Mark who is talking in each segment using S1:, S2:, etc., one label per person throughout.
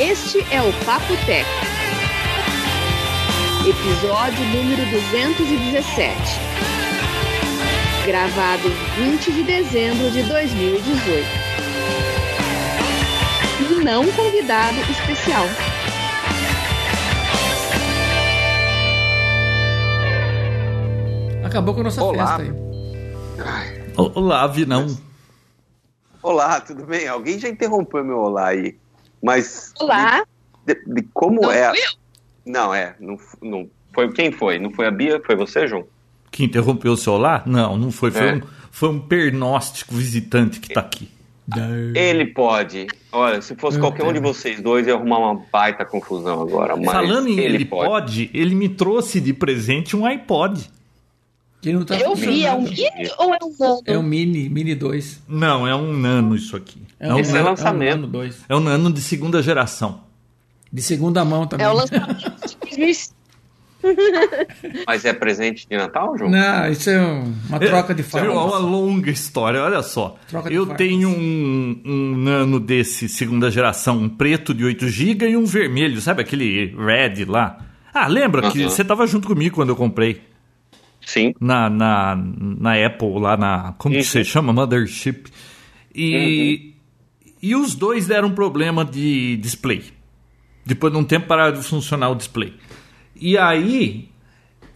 S1: Este é o Papo Tech. Episódio número 217. Gravado 20 de dezembro de 2018. E não convidado especial.
S2: Acabou com a nossa
S3: Olá.
S2: festa aí.
S4: Olá, Vinão.
S3: Olá, tudo bem? Alguém já interrompeu meu olá aí. Mas.
S1: Olá,
S3: de- de- de como
S1: não
S3: é.
S1: fui eu.
S3: Não, é. Não, f- não, foi quem foi? Não foi a Bia? Foi você, João?
S4: Que interrompeu o seu olá? Não, não foi. Foi,
S3: É.
S4: um, foi um pernóstico visitante que tá aqui.
S3: Ele pode. Olha, se fosse
S2: Meu
S3: qualquer um de
S2: Deus.
S3: vocês dois, ia arrumar uma baita confusão agora. Mas
S4: Falando em
S3: ele,
S4: ele pode. ele me trouxe de presente um iPod.
S2: Que não tá
S1: Eu vi, é um
S2: funcionando.
S1: mini ou é um nano?
S2: É um mini, mini 2.
S4: Não, é um nano isso aqui. É um,
S3: Esse é
S4: nano,
S3: lançamento.
S2: É um 2.
S4: é um nano de segunda geração.
S2: De segunda mão também.
S1: É o lançamento de 2005.
S3: Mas é presente de Natal, João?
S2: Não, isso é um- uma troca de
S4: Viu? É uma
S2: falas.
S4: longa história, olha só.
S2: Troca de
S4: Eu
S2: farpas.
S4: tenho um, um nano desse segunda geração, um preto de 8 GB e um vermelho, sabe aquele red lá? Ah, lembra que
S3: Aham.
S4: você tava junto comigo quando eu comprei.
S3: Sim.
S4: na, na, na Apple, lá na. Como que
S3: Uhum.
S4: se chama? Mothership. E, e os dois deram um problema de display. Depois de um tempo pararam de funcionar o display. E aí.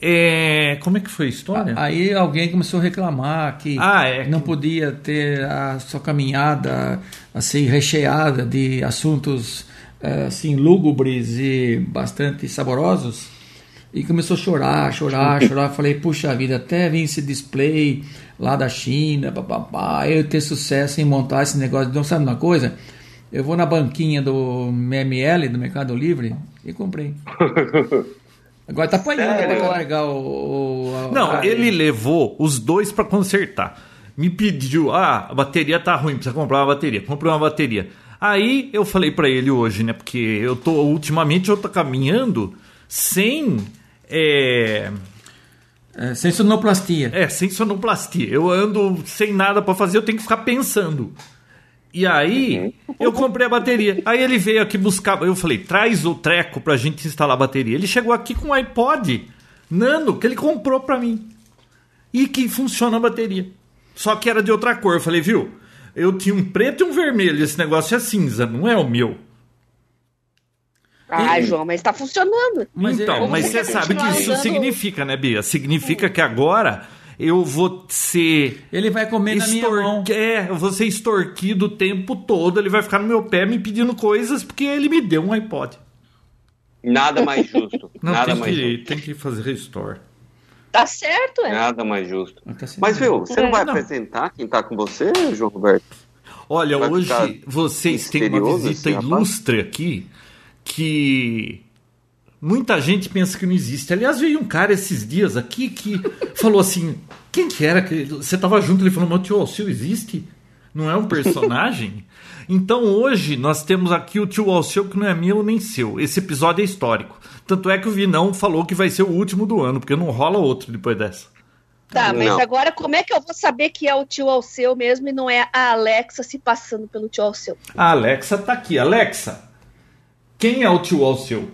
S4: É, como é que foi a história?
S2: Ah, Aí alguém começou a reclamar que
S4: Ah, é.
S2: não podia ter a sua caminhada assim recheada de assuntos eh, assim lúgubres e bastante saborosos e começou a chorar, chorar, chorar. Falei, puxa vida, até vir esse display lá da China, papapá, eu ter sucesso em montar esse negócio. Não sabe uma coisa? Eu vou na banquinha do ML, do Mercado Livre, e comprei. Agora tá apanhando
S3: Sério?
S2: pra carregar o. o a-
S4: Não,
S2: a-
S4: ele levou os dois pra consertar. Me pediu, ah, a bateria tá ruim, precisa comprar uma bateria. Comprei uma bateria. Aí eu falei pra ele hoje, né? Porque eu tô ultimamente eu tô caminhando sem é,
S2: É, sem sonoplastia.
S4: É, sem sonoplastia. Eu ando sem nada pra fazer, eu tenho que ficar pensando. E aí, eu comprei a bateria. Aí ele veio aqui buscar. Eu falei, traz o treco pra gente instalar a bateria. Ele chegou aqui com um iPod Nano que ele comprou pra mim. E que funciona a bateria. Só que era de outra cor. Eu falei, viu? Eu tinha um preto e um vermelho. Esse negócio é cinza, não é o meu.
S1: Ah, João, mas tá funcionando.
S2: Mas é,
S4: então,
S2: eu-
S4: mas
S1: Você
S4: você sabe que
S1: continua
S4: isso
S1: usando-
S4: significa, né, Bia? Significa que agora eu vou ser
S2: Ele vai comer na minha
S4: Estor-
S2: mão.
S4: É, eu vou ser extorquido o tempo todo, ele vai ficar no meu pé me pedindo coisas porque ele me deu um iPod.
S3: Nada mais justo.
S4: Não,
S3: nada
S4: tem,
S3: mais
S4: que,
S3: justo.
S4: tem que fazer restore.
S1: Tá certo, é.
S3: Nada mais justo.
S2: Ah, tá certo.
S3: Mas, viu, você não vai
S4: Não.
S3: apresentar quem tá com você, João Roberto?
S4: Olha,
S3: Vai
S4: hoje
S3: ficar
S4: vocês têm uma
S3: misterioso assim,
S4: visita
S3: esse rapaz?
S4: ilustre aqui que muita gente pensa que não existe. Aliás, veio um cara esses dias aqui que falou assim: quem que era? que- Você tava junto, ele falou, meu tio Alceu existe? Não é um personagem? então hoje nós temos aqui o tio Alceu que não é meu nem seu. Esse episódio é histórico. Tanto é que o Vinão falou que vai ser o último do ano, porque não rola outro depois dessa.
S1: Tá, mas
S3: Não.
S1: agora como é que eu vou saber que é o tio Alceu mesmo e não é a Alexa se passando pelo tio Alceu?
S4: A Alexa tá aqui. Alexa, quem é o tio Alceu?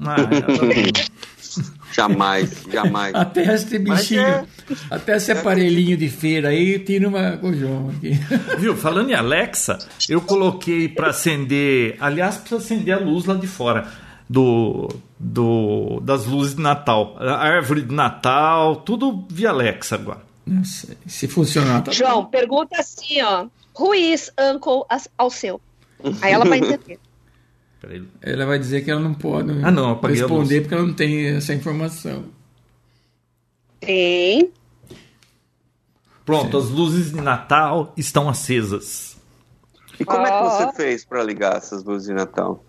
S4: Ah, ela-
S3: Jamais, jamais.
S2: Até esse
S3: Mas
S2: bichinho,
S3: é-
S2: até esse aparelhinho de feira aí, tira uma com o João aqui.
S4: Viu? Falando em Alexa, eu coloquei pra acender. Aliás, precisa acender a luz lá de fora do, do das luzes de Natal, a árvore de Natal, tudo via Alexa agora.
S2: Não sei, se funcionar, tá
S1: João, pergunta assim, ó. Who is Uncle As- Alceu? Aí ela vai entender.
S4: Peraí.
S2: Ela vai dizer que ela não pode
S4: Ah, não, apaguei a
S2: responder
S4: luz.
S2: porque ela não tem essa informação.
S1: Tem.
S4: Pronto, as luzes de Natal estão acesas.
S3: E como é que
S1: Ah.
S3: você fez pra ligar essas luzes de Natal?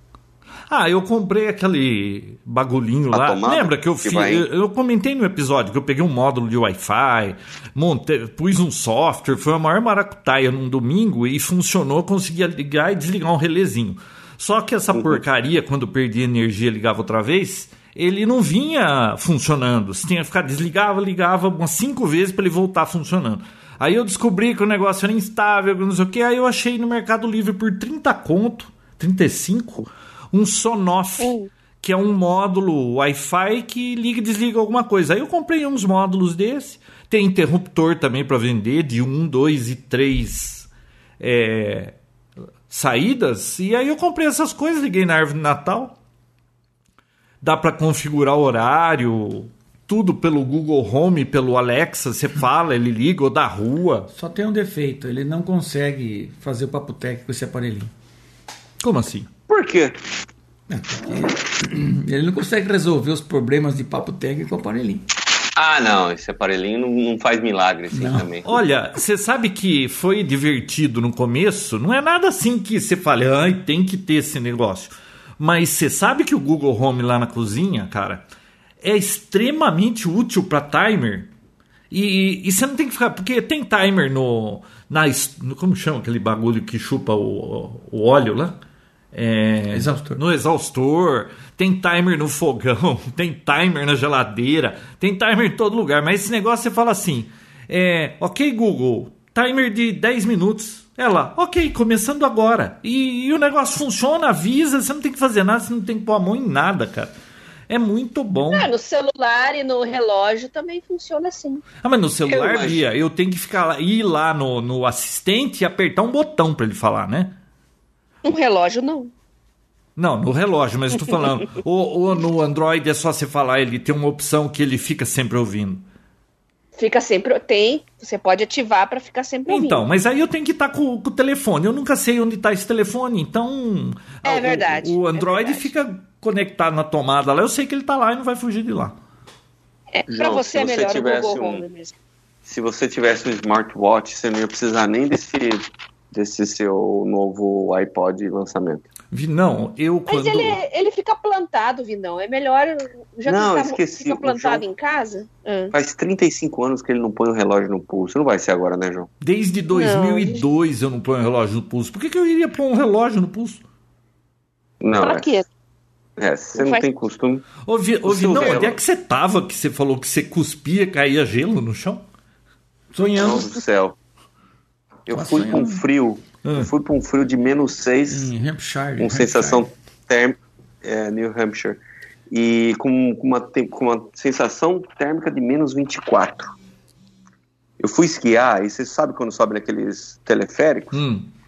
S4: Ah, eu comprei aquele bagulhinho
S3: A
S4: lá.
S3: tomada
S4: Lembra que eu
S3: que
S4: fiz?
S3: vai-
S4: Eu, eu comentei no episódio que eu peguei um módulo de Wi-Fi, montei, pus um software, foi a maior maracutaia num domingo e funcionou, eu conseguia ligar e desligar um relézinho. Só que essa porcaria, quando eu perdi energia, ligava outra vez. ele não vinha funcionando. Você tinha que ficar, desligava, ligava umas cinco vezes para ele voltar funcionando. Aí eu descobri que o negócio era instável, não sei o que. Aí eu achei no Mercado Livre por 30 conto, 35, um Sonoff,
S1: Hum.
S4: que é um módulo Wi-Fi que liga e desliga alguma coisa. Aí eu comprei uns módulos desse. Tem interruptor também para vender, de 1, 2 e 3 saídas. E aí eu comprei essas coisas, liguei na árvore de Natal dá para configurar o horário, tudo pelo Google Home, pelo Alexa, você fala, ele liga, ou da rua.
S2: Só tem um defeito, ele não consegue fazer o papo técnico com esse aparelhinho.
S4: Como assim?
S3: Por quê?
S2: Ele não consegue resolver os problemas de papo técnico com o aparelhinho.
S3: Ah, não, esse aparelhinho não, não faz milagre assim
S2: Não.
S3: também.
S4: Olha, você sabe que foi divertido no começo, não é nada assim que você fale, ai, tem que ter esse negócio. Mas você sabe que o Google Home lá na cozinha, cara, é extremamente útil para timer. E, e você não tem que ficar. Porque tem timer no. Na, es- no- como chama aquele bagulho que chupa o, o óleo lá? É,
S2: Exaustor.
S4: No exaustor. Tem timer no fogão. Tem timer na geladeira. Tem timer em todo lugar. Mas esse negócio você fala assim: é, Ok, Google, timer de 10 minutos. Ela, ok, começando agora. E, e o negócio funciona, avisa. Você não tem que fazer nada, você não tem que pôr a mão em nada, cara. É muito bom.
S1: Ah, no celular e no relógio também funciona assim.
S4: Ah, mas no celular,
S3: Eu imagino.
S4: Bia, eu tenho que ficar lá, ir lá no, no assistente e apertar um botão pra ele falar, né?
S1: No Um relógio, não.
S4: Não, no relógio, mas eu tô falando. ou, ou no Android é só você falar, ele tem uma opção que ele fica sempre ouvindo.
S1: Fica sempre. Tem. Você pode ativar pra ficar sempre ouvindo.
S4: Então, mas aí eu tenho que estar com, com o telefone. Eu nunca sei onde está esse telefone, então.
S1: É
S4: ah, o-
S1: verdade,
S4: O
S1: é
S4: Android
S1: verdade.
S4: fica conectado na tomada lá. Eu sei que ele tá lá e não vai fugir de lá.
S1: É, pra
S3: João,
S1: você
S3: se
S1: é
S3: você
S1: melhor o
S3: tivesse
S1: Google
S3: um-
S1: Home mesmo.
S3: Se você tivesse um smartwatch, você não ia precisar nem desse, desse seu novo iPod de lançamento.
S4: Vi- Não, eu
S1: Mas
S4: quando.
S1: ele, é- ele fica plantado, Vinão. É melhor. Já
S3: Não,
S1: que tá
S3: esqueci,
S1: fica
S3: o
S1: plantado
S3: João-
S1: em casa? Ah.
S3: Faz 35 anos que ele não põe o relógio no pulso. Não vai ser agora, né, João?
S4: Desde 2002 eu não ponho relógio no pulso. Por que, que eu iria pôr um relógio no pulso?
S3: Não,
S1: Pra
S3: é.
S1: quê?
S3: É, se você
S1: Não
S3: não
S1: faz-
S3: tem costume.
S4: Ouvi, ouvi,
S3: seu
S4: não,
S3: Velo.
S4: onde é que você tava que você falou que você cuspia, caía gelo no chão?
S3: Meu
S2: Sonhando.
S3: Deus do céu. Eu
S2: Nossa,
S3: fui pra
S2: eu-
S3: um frio.
S4: Ah.
S3: Eu fui pra um frio de menos 6,
S2: Em Hum, Hampshire.
S3: com
S2: Hampshire.
S3: sensação térmica. É, New Hampshire. E com com uma, tem- com uma sensação térmica de menos 24. Eu fui esquiar, e você sabe quando sobe naqueles teleféricos?
S4: Hum.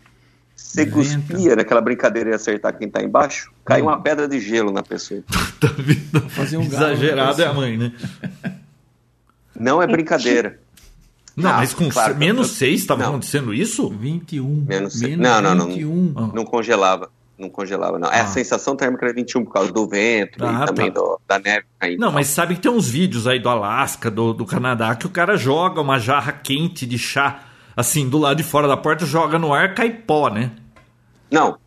S3: Você
S2: Venta.
S3: cuspia naquela brincadeira e acertar quem tá embaixo,
S4: Hum.
S3: caiu uma pedra de gelo na pessoa.
S4: Tá vindo.
S2: Fazer um galo,
S4: Exagerado é a mãe, né?
S3: Não é brincadeira.
S4: Não,
S3: Ah,
S4: mas com
S3: claro.
S4: menos seis estava
S3: Não.
S4: acontecendo isso?
S2: 21.
S3: Menos seis.
S2: Menos
S3: Não, não, não.
S2: 21.
S4: Ah.
S3: Não congelava. Não congelava, não. É
S4: Ah.
S3: a sensação térmica era 21 por causa do vento
S4: Ah,
S3: e também
S4: tá.
S3: do- da neve caindo.
S4: Não, mas sabe que tem uns vídeos aí do Alasca, do, do Canadá, que o cara joga uma jarra quente de chá, assim, do lado de fora da porta, joga no ar, cai pó, né?
S3: Não.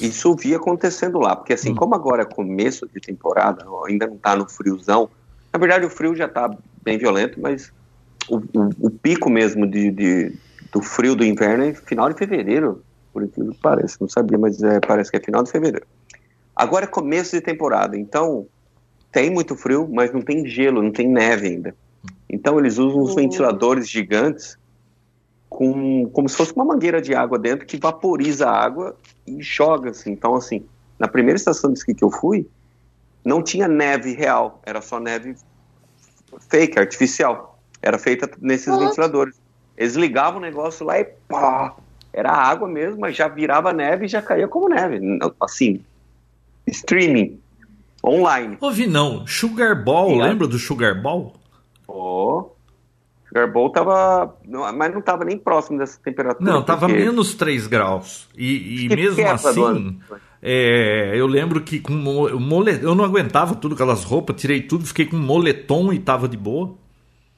S3: Isso eu vi acontecendo lá, porque assim, como agora é começo de temporada, ó, ainda não tá no friozão, na verdade o frio já tá bem violento, mas o, o- o pico mesmo de, de- do frio do inverno é final de fevereiro, por incrível que pareça, não sabia, mas é, parece que é final de fevereiro. Agora é começo de temporada, então tem muito frio, mas não tem gelo, não tem neve ainda. Então eles usam uns
S1: Hum.
S3: ventiladores gigantes com como se fosse uma mangueira de água dentro que vaporiza a água e joga assim. Então assim, na primeira estação de esqui que eu fui, não tinha neve real, era só neve fake, artificial. Era feita nesses
S1: Nossa.
S3: ventiladores. Eles ligavam o negócio lá e pá! Era água mesmo, mas já virava neve e já caía como neve. Não, Assim, streaming, online.
S4: Ouvi não, Sugar Ball,
S3: Sim, é.
S4: lembra do Sugar Ball?
S3: Ó, Garbow tava. não, mas não tava nem próximo dessa temperatura.
S4: Não, tava
S3: porque-
S4: menos 3 graus. E, e
S3: que
S4: mesmo
S3: quebra
S4: assim,
S3: agora.
S4: é, eu lembro que com mo- mole, eu não aguentava tudo aquelas roupas, tirei tudo, fiquei com moletom e tava de boa.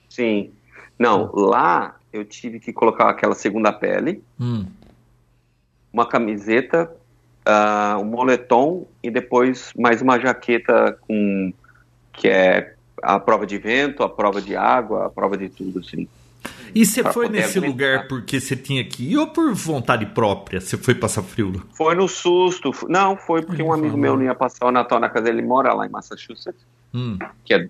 S3: Sim. Não, lá eu tive que colocar aquela segunda pele,
S4: Hum.
S3: uma camiseta, ah, um moletom e depois mais uma jaqueta com que é a prova de vento, a prova de água, a prova de tudo, assim.
S4: E você
S3: pra
S4: foi
S3: poder
S4: nesse
S3: aguentar.
S4: lugar porque você tinha que ir ou por vontade própria? Você foi passar frio lá?
S3: Foi no susto. f- Não, foi porque um amigo meu não ia passar o Natal na casa dele. Ele mora lá em Massachusetts,
S4: Hum,
S3: que é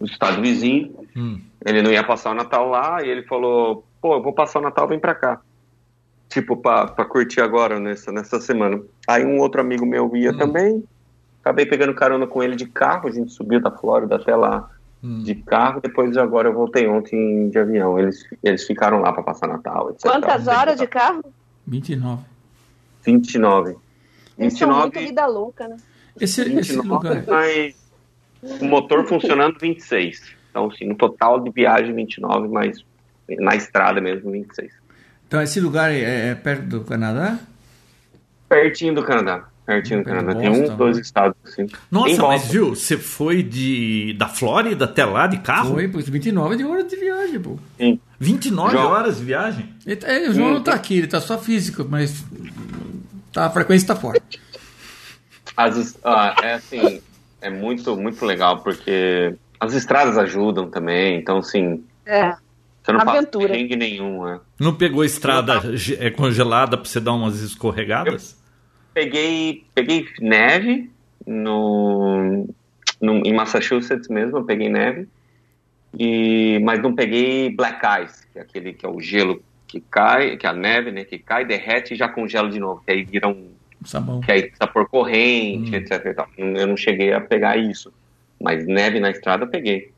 S3: do estado vizinho.
S4: hum.
S3: Ele não ia passar o Natal lá e ele falou: pô, eu vou passar o Natal, vem pra cá. Tipo, pra, pra curtir agora nessa, nessa semana. Aí um outro amigo meu ia
S4: Hum.
S3: também. Acabei pegando carona com ele de carro. A gente subiu da Flórida até lá
S4: Hum.
S3: de carro. Depois agora eu voltei ontem de avião. Eles, eles ficaram lá pra passar Natal, etc.
S1: Quantas horas de carro?
S2: 29.
S3: 29.
S1: Eles são muito
S3: 29,
S1: vida louca, né?
S2: Esse, esse
S3: 29
S2: lugar.
S3: mas o motor funcionando 26. Então, assim, no total de viagem 29, mas na estrada mesmo 26.
S2: Então, esse lugar é, é perto do Canadá?
S3: Pertinho do Canadá. Pertinho do
S2: Perto de
S3: Canadá. Tem um,
S2: Boston,
S3: dois
S2: né?
S3: estados, assim. Em
S4: Nossa, mas
S3: Boston.
S4: viu, você foi de da Flórida até lá de
S3: Ah.
S4: carro?
S2: Foi, pois 29 de horas de viagem, pô.
S4: 29
S3: João.
S4: horas de viagem?
S2: Ele tá- é, o João não tá aqui, ele tá só físico, mas tá, a frequência tá fora.
S3: As, es- ah, é assim, é muito, muito legal, porque as estradas ajudam também. Então, assim,
S1: É.
S3: você não
S1: Aventura.
S3: passa perrengue nenhum, né?
S4: Não pegou estrada ge- é, congelada pra você dar umas escorregadas?
S3: peguei, peguei neve no, no- em Massachusetts mesmo, eu peguei neve. E, mas não peguei black ice, que é aquele que é o gelo que cai, que é a neve, né, que cai, derrete e já congela de novo, que aí vira um,
S2: Sabão.
S3: que aí tá por
S2: Hum.
S3: corrente, etc e tal. Eu não cheguei a pegar isso, mas neve na estrada eu peguei.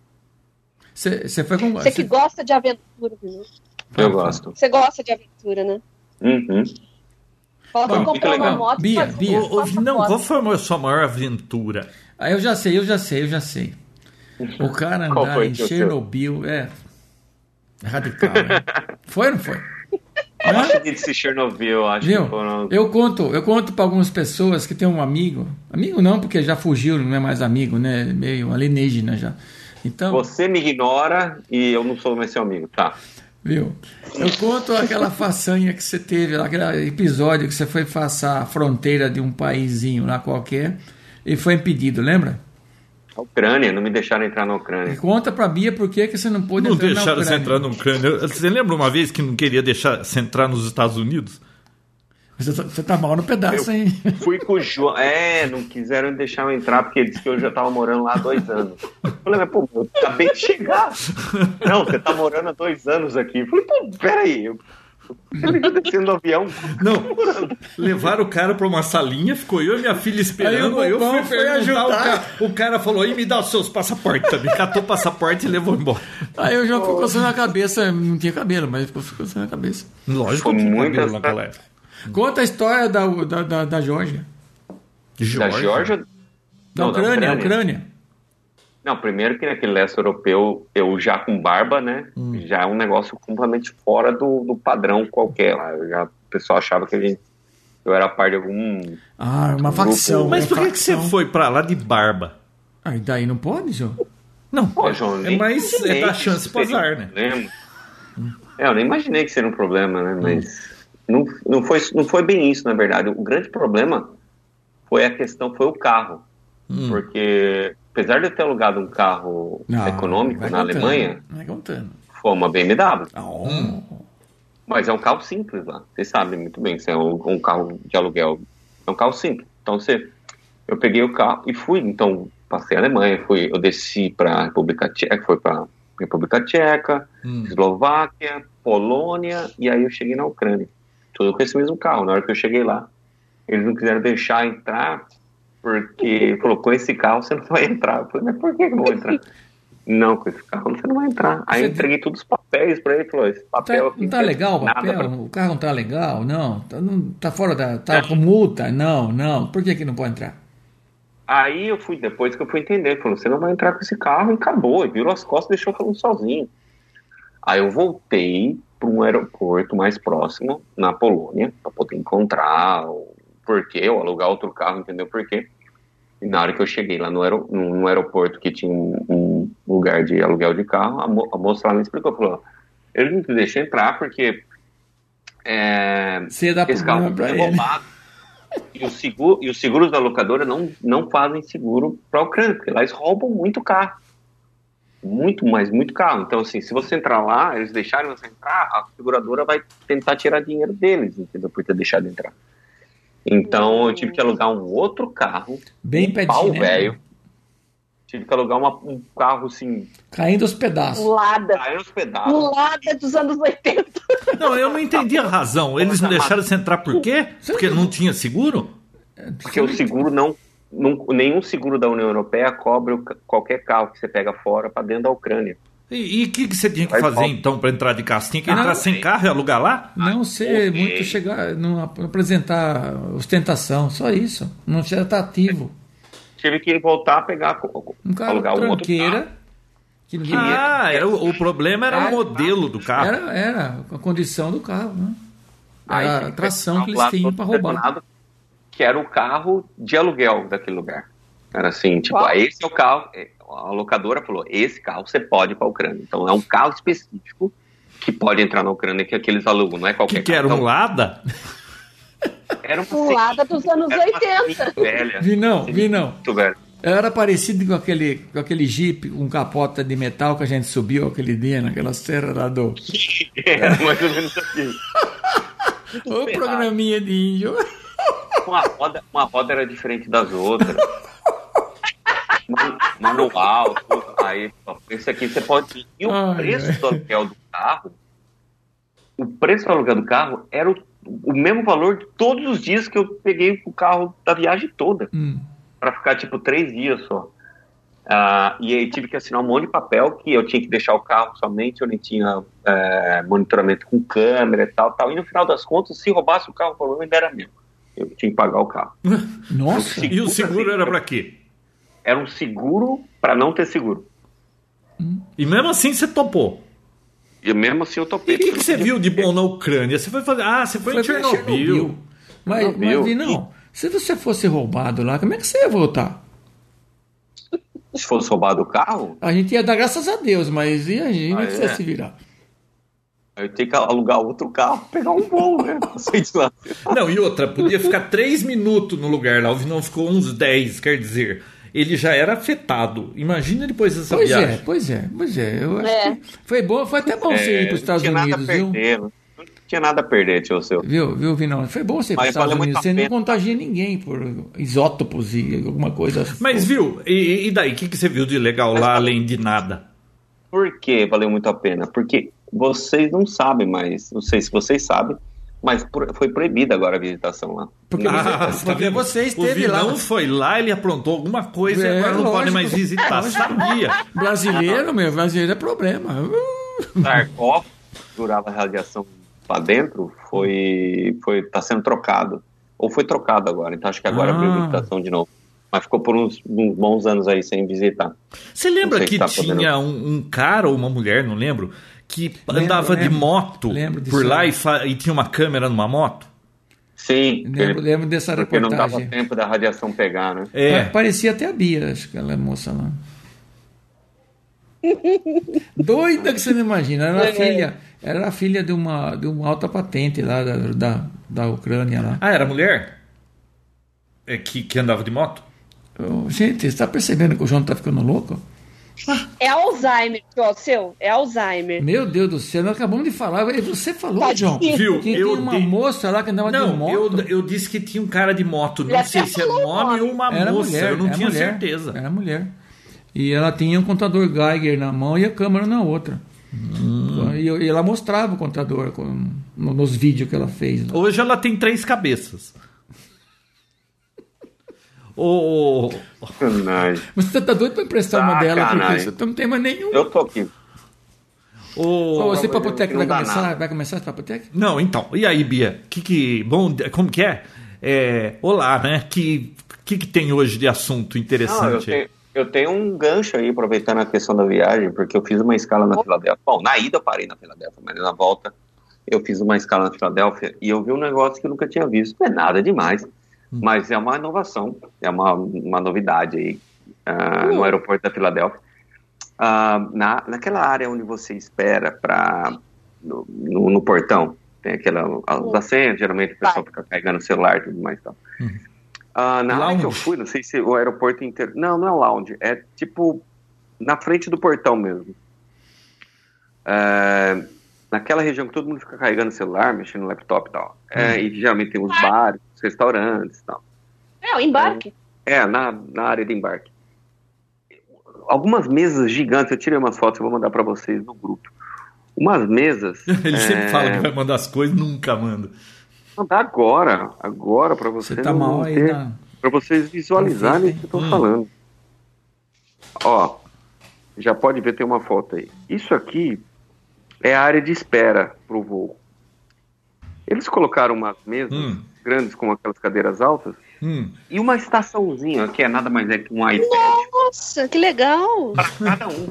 S2: Você foi com.
S1: Você que
S2: cê-
S1: gosta de aventura, viu?
S2: Ah, tá.
S3: Eu gosto.
S1: Você gosta de aventura, né?
S3: Uhum.
S1: Falta
S2: Bom,
S1: comprar
S3: muito
S1: uma
S3: legal.
S1: moto
S2: Bia,
S1: fazer
S2: Bia.
S1: uma
S4: Ô, ô, não,
S1: foto.
S4: qual foi a sua maior aventura?
S2: Ah, eu já sei, eu já sei, eu já sei. O cara
S3: Qual
S2: andar
S3: foi,
S2: em
S3: tio, tio?
S2: Chernobyl é radical. Né? foi ou não foi? Hã?
S3: Acho que desse Chernobyl, acho
S2: É? Viu?
S3: que foram...
S2: Eu conto, eu conto para algumas pessoas que tem um amigo, amigo não, porque já fugiu, não é mais amigo, né? Meio alienígena já. Então,
S3: Você me ignora e eu não sou mais seu amigo, tá?
S2: viu? Eu conto aquela façanha que você teve, aquele episódio que você foi passar a fronteira de um paísinho lá qualquer e foi impedido, lembra?
S3: A Ucrânia, não me deixaram entrar na
S2: E
S3: Ucrânia.
S2: conta pra Bia por que que você não pôde
S4: Não
S2: entrar na
S4: deixaram você
S2: Ucrânia.
S4: entrar na Ucrânia. Você lembra uma vez que não queria deixar você entrar nos Estados Unidos?
S2: Você tá, você tá mal no pedaço, hein?
S3: Fui com o João. É, não quiseram deixar eu entrar porque disse que eu já tava morando lá há dois anos. Eu Falei, mas pô, eu acabei de chegar. Não, você tá morando há dois anos aqui. Eu Falei, pô, peraí. Eu eu tô descendo do avião.
S4: Não, levaram o cara pra uma salinha, ficou eu e minha filha
S2: Aí o
S4: esperando. Aí eu
S2: bobão
S4: fui
S2: foi
S4: perguntar,
S2: ajudar.
S4: o cara, o cara falou, e me dá os seus passaportes também. Catou o passaporte e levou embora.
S2: Aí o João ficou coçando a cabeça, não tinha cabelo, mas ficou ficou coçando a cabeça.
S4: Lógico
S3: Foi
S4: que
S3: muita
S4: cabelo
S3: sorte.
S4: naquela época.
S2: Conta a história da, da, da, da Geórgia.
S3: Da Georgia.
S2: Da
S3: Não, da
S2: Ucrânia, da
S3: Ucrânia.
S2: Ucrânia.
S3: Não, primeiro que naquele leste europeu, eu já com barba, né? Já é um negócio completamente fora do, do padrão qualquer lá. Eu já, o pessoal achava que a gente, eu era parte de algum.
S2: Ah, uma
S3: Grupo.
S2: facção.
S4: Mas
S2: uma
S4: por que, que você
S2: facção.
S4: foi pra lá de barba?
S2: Ah, e daí não pode, João?
S4: Não,
S3: Pô, João,
S4: é
S3: nem
S4: mais é
S3: imaginei
S4: dar
S3: que
S4: chance
S3: isso
S4: pro
S3: seria
S4: azar,
S3: um
S4: né?
S3: problema. É, eu nem imaginei que seria um problema,
S4: Hum.
S3: né? Mas não, não, foi, não foi bem isso, na verdade. O grande problema foi a questão, foi o carro.
S4: Hum.
S3: Porque apesar de eu ter alugado um carro
S2: Não,
S3: econômico
S2: vai
S3: na
S2: contando,
S3: Alemanha,
S2: Vai contando.
S3: foi uma BMW.
S2: Ah, ó.
S4: Hum.
S3: Mas é um carro simples lá. Vocês sabem muito bem que é um, um carro de aluguel. É um carro simples. Então você. Eu peguei o carro e fui, então, passei a Alemanha, fui, eu desci para República Tcheca, foi para República Tcheca, Eslováquia, Polônia, e aí eu cheguei na Ucrânia. Tudo com esse mesmo carro. Na hora que eu cheguei lá, eles não quiseram deixar entrar, porque falou, com esse carro você não vai entrar. Eu falei, mas por que que eu não vou entrar? Não, com esse carro você não vai entrar. Aí eu
S2: Você-
S3: entreguei todos os papéis pra ele, falou, esse
S2: Tá-
S3: papel aqui
S2: não tá
S3: serve
S2: legal o
S3: nada
S2: papel?
S3: pra É.
S2: O carro não tá legal? Não. Tá, não, tá fora da. Tá com multa? Não, não. Por que, que não pode entrar?
S3: Aí eu fui, depois que eu fui entender, ele falou, você não vai entrar com esse carro, e acabou, e virou as costas e deixou eu falando sozinho. Aí eu voltei para um aeroporto mais próximo, na Polônia, para poder encontrar o porquê, ou alugar outro carro, entendeu por quê. E na hora que eu cheguei lá no, aero, num aeroporto que tinha um, um lugar de aluguel de carro, a, mo- a moça lá me explicou, falou, ele não te deixa entrar porque é,
S2: Você dá
S3: esse carro
S2: problema pra
S3: foi
S2: ele.
S3: roubado. E, o seguro, e os seguros da locadora não, não fazem seguro para a Ucrânia, porque lá eles roubam muito carro. Muito, mas muito caro. Então, assim, se você entrar lá, eles deixarem você entrar, a seguradora vai tentar tirar dinheiro deles, entendeu? Por ter deixado entrar. Então, eu tive que alugar um outro carro.
S2: Bem
S3: um
S2: pedinho.
S3: pau
S2: né?
S3: velho. Tive que alugar uma- um carro, assim,
S2: Caindo aos pedaços.
S1: Lada.
S3: caindo os pedaços.
S1: Lada dos anos 80.
S4: Não, eu não entendi a razão. Eles não
S3: tá
S4: deixaram você entrar por quê? Porque não tinha seguro?
S3: Porque o seguro não, não- Nenhum seguro da União Europeia cobre o ca- qualquer carro que você pega fora para dentro da Ucrânia.
S4: E e o que, que você tinha que
S3: Vai,
S4: fazer
S3: Paulo.
S4: então pra entrar de carro? Tinha que
S2: Ah,
S4: entrar
S2: não.
S4: sem carro e alugar lá?
S2: Não ser
S3: ok.
S2: muito chegar, não ap- apresentar ostentação, só isso. Não ser atrativo.
S3: Tive que voltar a pegar, co-
S2: Um cara
S3: alugar um outro carro.
S2: tranqueira que ninguém
S4: Ah, era, o o problema era
S3: Ah,
S4: o modelo do carro.
S2: era, era a condição do carro, né?
S3: Aí
S2: Era
S3: tem
S2: a
S3: que
S2: tração
S3: pegar
S2: que
S3: um
S2: eles
S3: lado
S2: tinham para roubar.
S3: determinado, Que era o carro de aluguel daquele lugar. Era assim, tipo,
S1: Qual?
S3: ah, esse é o carro. A locadora falou: esse carro você pode ir para a Ucrânia. Então é um carro específico que pode entrar na Ucrânia que aqueles alugam, não é
S4: O
S3: qualquer
S4: que, que era?
S2: então-
S4: Um
S3: carro.
S4: Lada?
S3: Então, era uma
S1: Um Lada dos anos
S3: Era uma
S1: 80.
S3: Citroën velha.
S2: Vi não, vi não.
S3: Muito velha.
S2: Era parecido com aquele, com aquele Jeep com capota de metal que a gente subiu aquele dia naquela serra lá do.
S3: Era mais ou menos assim.
S2: Ô,
S3: ferrado.
S2: programinha de índio.
S3: Uma roda, uma roda era diferente das outras. Man- Manual, tudo. aí, ó, esse aqui você pode. E o
S2: Ai,
S3: preço
S2: ai.
S3: do aluguel do carro, o preço do aluguel do carro era o, o mesmo valor de todos os dias que eu peguei o carro da viagem toda,
S2: Hum.
S3: Pra ficar tipo três dias só. Ah, e aí tive que assinar um monte de papel que eu tinha que deixar o carro somente, eu nem tinha eh, monitoramento com câmera e tal, tal. E no final das contas, se roubasse o carro, o problema ainda era meu. Eu tinha que pagar o carro.
S2: Nossa,
S4: E o seguro era pra quê?
S3: era um seguro para não ter seguro.
S4: E mesmo assim você topou.
S3: E mesmo assim eu topei.
S4: E o que, que você viu de bom na Ucrânia? Você foi fazer. Ah, você foi,
S2: foi
S4: em
S2: pra
S4: Chernobyl.
S2: Chernobyl. Mas,
S3: Chernobyl.
S2: mas Vi, não. Se você fosse roubado lá, como é que você ia voltar?
S3: Se fosse roubado o carro,
S2: A gente ia dar graças a Deus, mas e a gente
S3: Ah,
S2: precisa
S3: é?
S2: se virar.
S3: eu tinha que alugar outro carro, pegar um voo, né? Passei de lá.
S4: Não, e outra, podia ficar três minutos no lugar lá. O Vinão ficou uns 10, quer dizer. Ele já era afetado. Imagina depois dessa
S2: Pois
S4: viagem.
S2: é, pois é, pois é. Eu acho
S1: É.
S2: que foi bom, foi até bom você ir para os Estados
S3: É, não tinha
S2: Unidos,
S3: nada a
S2: viu?
S3: perder. né? Não tinha nada a perder, tio seu.
S2: Viu, viu, Vinão? Foi bom você ir para os
S3: Mas
S2: Estados
S3: valeu muito
S2: Unidos.
S3: a
S2: Você não
S3: pena.
S2: contagia ninguém por isótopos e alguma coisa. assim.
S4: Mas viu, e, e daí? O que, que você viu de legal lá além de nada?
S3: Por que valeu muito a pena? Porque vocês não sabem mais, não sei se vocês sabem, mas pro- foi proibida agora a visitação lá.
S2: Porque
S3: Não,
S2: você-
S4: Ah,
S2: porque
S4: vendo?
S2: você
S4: o
S2: esteve lá.
S4: Vinão foi lá, ele aprontou alguma coisa
S2: É,
S4: e agora não pode
S2: lógico.
S4: mais visitar. Sabia. Ah, tá.
S2: Brasileiro, meu, brasileiro é problema. Uh,
S3: sarcófago que durava a radiação para dentro foi foi tá sendo trocado ou foi trocado agora então acho que agora
S2: Ah.
S3: abriu visitação de novo mas ficou por uns, uns bons anos aí sem visitar
S4: Você lembra
S3: Não sei
S4: que
S3: se tá
S4: tinha um, um cara ou uma mulher, não lembro, que andava de
S2: lembro.
S4: moto
S2: Lembro disso
S4: por lá
S2: aí.
S4: e, fa- e tinha uma câmera numa moto?
S3: sim
S2: Lembro,
S3: porque,
S2: lembro dessa
S3: porque não dava
S2: reportagem.
S3: tempo da radiação pegar né
S4: É.
S2: Pa- Parecia até a Bia, acho que ela é moça lá. Doida que você não imagina. Era
S4: é.
S2: a filha, era a filha de uma, de uma alta patente lá da, da, da Ucrânia lá.
S4: Ah, era mulher? É que, que andava de moto?
S2: Ô, gente, você está percebendo que o João tá ficando louco?
S1: É Alzheimer, ó, seu. É Alzheimer.
S2: Meu Deus do céu, nós acabamos de falar. E Você falou,
S1: Tá
S2: João.
S1: difícil.
S4: Viu,
S2: Que
S4: eu
S2: tem uma
S4: dei-
S2: moça lá que andava de
S4: Não,
S2: moto.
S4: eu, eu disse que tinha um cara de moto. Não
S1: Ele
S4: sei
S1: até
S4: se é
S1: falou o
S4: nome
S1: nome.
S4: ou uma
S2: Era
S4: moça.
S2: mulher,
S4: eu não
S2: era
S4: tinha
S2: mulher, É.
S4: certeza.
S2: Era mulher. E ela tinha um contador Geiger na mão e a câmera na outra.
S4: Hum.
S2: E, eu- e ela mostrava o contador com- no- nos vídeos que ela fez. lá.
S4: Hoje ela tem três cabeças. Ô, ô, ô,
S3: Sacanagem.
S2: Mas você tá doido pra emprestar
S3: Ah,
S2: uma dela, porque
S3: Sacanagem.
S2: você não tem mais nenhum.
S3: eu tô aqui
S4: ô,
S2: Ô, você
S3: Não,
S2: papoteca
S3: não
S2: vai
S3: dá
S2: começar?
S3: nada.
S2: Vai começar esse papoteca?
S4: Não, então. E aí, Bia? Que que bom? Como que é? É, olá, né? Que que, que tem hoje de assunto
S3: Não, eu
S4: interessante?
S3: tenho, eu tenho um gancho aí, aproveitando a questão da viagem, porque eu fiz uma escala na Filadélfia. Bom, na ida eu parei na Filadélfia, mas na volta eu fiz uma escala na Filadélfia e eu vi um negócio que eu nunca tinha visto. Não é nada demais, mas é uma inovação, é uma, uma novidade aí ah, no aeroporto da Filadélfia. Ah, na, naquela área onde você espera para no, no- no portão, tem aquela, os assentos, geralmente o pessoal fica carregando o celular e tudo mais e tal. Ah, na área que eu
S4: Lounge?
S3: fui, não sei se o aeroporto inteiro. Não, não é lounge. É tipo na frente do portão mesmo. É, naquela região que todo mundo fica carregando celular, mexendo no laptop e tal. É, E geralmente tem os bares, os restaurantes e tal.
S1: É, o embarque.
S3: É, na, na área de embarque. Algumas mesas gigantes, eu tirei umas fotos, eu vou mandar para vocês no grupo. Umas mesas.
S4: Ele sempre
S3: é,
S4: fala que vai mandar as coisas, nunca manda.
S3: mandar agora, agora para
S2: Você
S3: vocês.
S2: tá
S3: não
S2: mal
S3: vão
S2: aí
S3: ter-
S2: na.
S3: Pra vocês visualizarem o que eu tô
S4: Hum.
S3: falando. Ó, já pode ver, tem uma foto aí. Isso aqui é a área de espera pro voo. Eles colocaram umas mesas
S4: Hum,
S3: grandes com aquelas cadeiras altas
S4: hum.
S3: e uma estaçãozinha, que é nada mais é que um iPad
S1: Nossa, que legal.
S3: para cada um.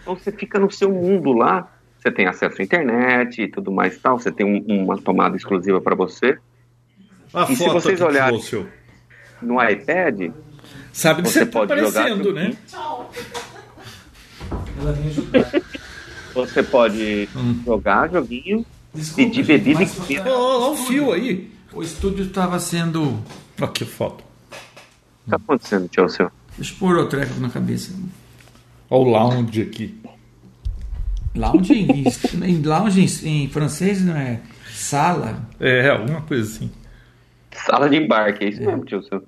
S3: Então você fica no seu mundo lá, você tem acesso à internet e tudo mais e tal, você tem um- uma tomada exclusiva para você.
S4: A
S3: E se
S4: foto
S3: vocês
S4: aqui que
S3: olharem-
S4: você-
S3: No iPad,
S4: Sabe que
S3: Você
S4: você, tá
S3: pode jogar
S4: aparecendo,
S3: tudo.
S4: né?
S5: Ela vem ajudar.
S3: você pode
S4: Hum.
S3: jogar joguinho
S5: Desculpa,
S3: Pedir
S5: gente,
S3: bebida
S5: mas
S3: e
S5: você-
S3: comida.
S4: Ó, ó, ó, o fio aí.
S2: O estúdio estava sendo.
S4: Olha que foto.
S3: O que tá acontecendo, tio seu?
S2: Deixa eu pôr o treco na cabeça.
S4: Olha o lounge aqui.
S2: Lounge em, em lounge em, em francês não é sala.
S4: É, alguma coisa assim.
S3: Sala de embarque, é isso mesmo, tio seu.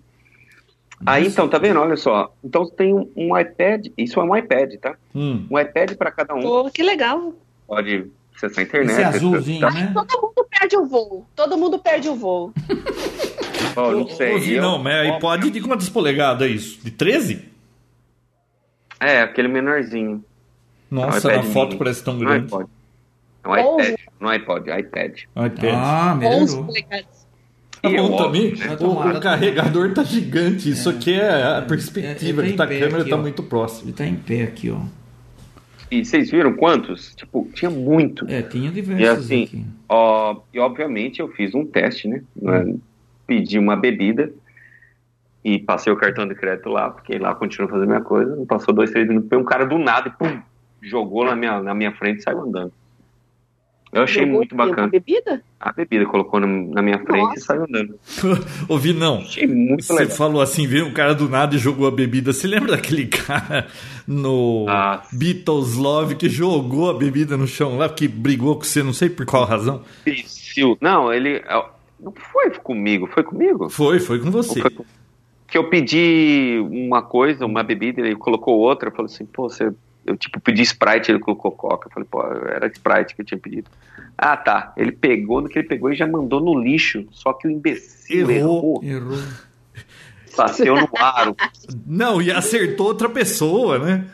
S3: Aí então, tá vendo? Olha só. Então tem um, um iPad, isso é um iPad, tá?
S4: Hum.
S3: Um iPad para cada um.
S1: Pô, que legal.
S3: Pode acessar a internet. tá
S2: Esse
S3: acessar-
S2: azulzinho, né?
S1: Todo mundo perde o voo. Todo mundo perde o voo.
S3: Ó, Tá não
S4: Ô,
S3: sei.
S4: ô, Vi,
S3: eu-
S4: não, mas aí
S3: ó,
S4: pode de quantas polegadas é isso? De 13?
S3: É, aquele menorzinho.
S4: Nossa,
S3: um iPad
S4: na foto
S3: mini.
S4: parece tão
S3: Não é
S4: grande.
S3: iPod. Não
S1: Ou-
S3: iPad. Não iPod, iPad.
S4: iPad.
S2: Ah,
S1: 11
S2: melhorou.
S1: polegadas.
S4: Tá
S3: E é
S4: bom
S3: óbvio,
S4: também.
S3: né?
S2: Vai tomar,
S4: O,
S2: vai
S4: o carregador tá gigante. Isso aqui é a
S2: É,
S4: perspectiva
S2: é,
S4: que tá a
S2: tem
S4: câmera
S2: aqui,
S4: tá
S2: ó.
S4: muito
S2: Ele
S4: próximo.
S2: tá em pé aqui, ó.
S3: E vocês viram quantos? Tipo, tinha muito.
S2: É, tinha
S3: E
S2: diversos
S3: assim,
S2: aqui.
S3: Ó, e obviamente eu fiz um teste, né?
S1: Hum.
S3: Né? Pedi uma bebida e passei o cartão de crédito lá, fiquei lá, continuo fazendo minha coisa. Não passou dois, três minutos, veio um cara do nada e pum, jogou na minha, na minha frente e saiu andando. Eu achei
S1: Jogou
S3: muito
S1: o quê? Uma
S3: bacana.
S1: bebida?
S3: A bebida colocou na, na minha frente e saiu andando.
S4: Ouvi, não.
S3: Achei muito
S4: Você
S3: legal.
S4: falou assim, veio um cara do nada e jogou a bebida. Você lembra daquele cara no
S3: Ah.
S4: Beatles Love que jogou a bebida no chão lá, que brigou com você, não sei por qual razão?
S3: Imbecil. Não, ele. ó, Não foi comigo, foi comigo?
S4: Foi, foi com você.
S3: Foi com- Que eu pedi uma coisa, uma bebida, ele colocou outra, eu falei assim, pô, você. Eu tipo pedi Sprite, ele colocou Coca. Eu falei, pô, era Sprite que eu tinha pedido. Ah, tá. Ele pegou no que ele pegou e já mandou no lixo. Só que o imbecil
S4: Errou.
S3: errou.
S2: Errou.
S3: Passeou no aro.
S4: Não, e acertou outra pessoa, né?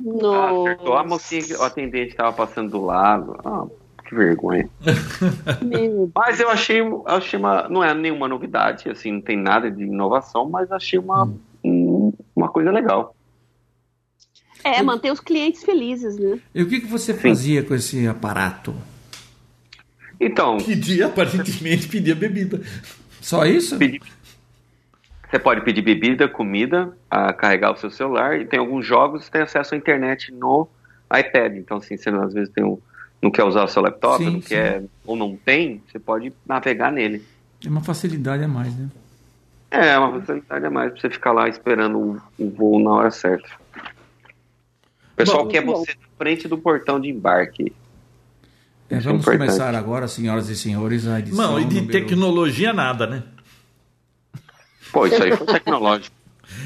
S3: Ah,
S1: Nossa.
S3: acertou a mocinha, que- o atendente que tava passando do lado. Ah, que vergonha.
S1: Meu
S3: Mas eu achei, eu achei uma, não é nenhuma novidade, assim, não tem nada de inovação, mas achei uma, um- uma coisa legal.
S1: É, manter os clientes felizes, né?
S2: E o que, que você fazia com esse aparato?
S3: Então,
S4: Pedia, aparentemente, pedia bebida.
S2: Só isso?
S3: Pedi- Você pode pedir bebida, comida, a carregar o seu celular e tem alguns jogos que tem acesso à internet no iPad. Então, assim, você às vezes tem um, não quer usar o seu laptop,
S2: Sim,
S3: não
S2: sim.
S3: quer ou não tem, você pode navegar nele.
S2: É uma facilidade a mais, né?
S3: É uma facilidade a mais pra você ficar lá esperando o, o voo na hora certa. O pessoal
S4: Bom,
S3: quer
S1: bom.
S3: você na frente do portão de embarque.
S2: É,
S3: Isso é
S2: vamos
S3: importante.
S2: começar agora, senhoras e senhores, a edição.
S4: Não, e
S2: é
S4: de
S2: um número-
S4: tecnologia nada, né?
S3: Pô, isso aí foi tecnológico.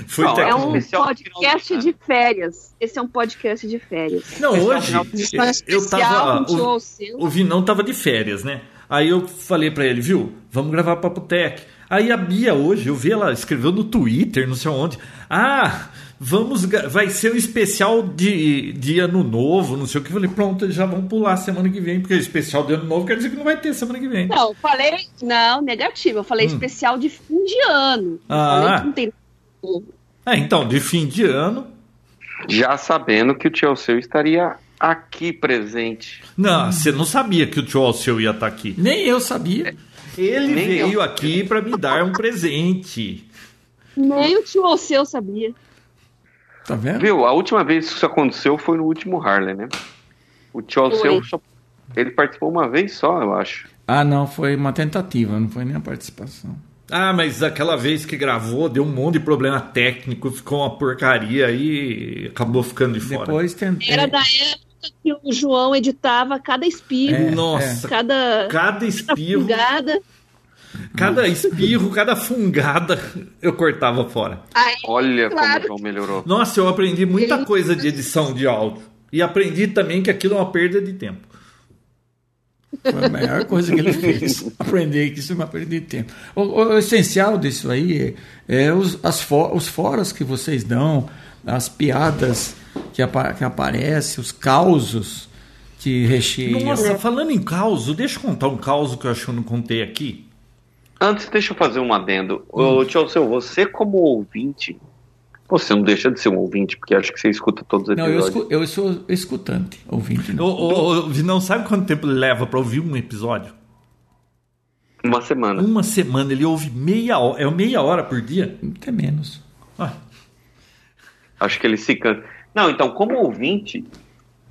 S4: Foi
S3: Não, é
S1: É um
S4: tecnologia.
S3: especial de
S1: podcast
S3: final de
S1: de férias. Esse é um podcast de férias.
S4: Não, hoje
S3: um
S1: Edição
S4: eu
S1: especial
S4: tava. ah,
S1: com o Tio
S4: O,
S1: Alceu.
S4: o Vinão tava de férias, né? Aí eu falei pra ele, viu? Vamos gravar Papo Tech. Aí a Bia hoje, eu vi ela escreveu no Twitter, não sei onde. Ah, vamos. gra- Vai ser um especial de, de ano novo, não sei o que. Eu falei, pronto, já vamos pular semana que vem, porque especial de ano novo quer dizer que não vai ter semana que vem.
S1: Não, eu falei. Não, negativo. Eu falei
S4: Hum.
S1: especial de fim de ano. Eu
S4: Ah.
S1: Falei que não tem.
S4: Ah, então, de fim de ano.
S3: Já sabendo que o tio seu estaria aqui presente.
S4: Não, você não sabia que o Tio Alceu ia estar aqui.
S2: Nem eu sabia.
S4: Ele
S3: Nem
S4: veio
S3: eu.
S4: aqui pra me dar um presente.
S1: Nem o tio Alceu sabia.
S2: Tá vendo?
S3: Viu, a última vez que isso aconteceu foi no último Harley, né? O Chelsea
S1: Foi.
S3: só, ele participou uma vez só, eu acho.
S2: Ah, não, foi uma tentativa, não foi nem a participação.
S4: Ah, mas aquela vez que gravou deu um monte de problema técnico, ficou uma porcaria e acabou ficando de fora.
S2: Depois tentei.
S1: Era da época que o João editava cada espirro,
S2: É,
S4: Nossa,
S1: cada,
S4: cada
S1: cada
S4: espirro,
S1: fungada.
S4: cada espirro, cada fungada eu cortava fora.
S1: Aí,
S3: Olha como
S1: Claro.
S3: o João melhorou.
S4: Nossa, eu aprendi muita
S1: Ele-
S4: coisa de edição de áudio. E aprendi também que aquilo é uma perda de tempo.
S2: Foi a melhor coisa que ele fez. Aprender que isso é uma perda de tempo. O, o- o essencial disso aí é, é os, as fo- os foras que vocês dão, as piadas que, apa que aparecem, os causos que recheiam.
S4: Nossa, falando em caos, deixa eu contar um caos que eu acho que eu não contei aqui.
S3: Antes, deixa eu fazer um adendo. Ô,
S2: Hum.
S3: Tio Alceu, você como ouvinte, você não deixa de ser um ouvinte, porque acho que você escuta todos os
S2: Não, eu,
S3: episódios.
S2: escu- eu sou escutante, ouvinte.
S4: Ô,
S2: Não.
S4: ô, ô, Vinão, sabe quanto tempo ele leva pra ouvir um episódio?
S3: Uma semana.
S4: Uma semana, ele ouve meia hora. É meia hora por dia?
S2: Até menos.
S4: Ah,
S3: Acho que ele se cansa. Não, então, como ouvinte,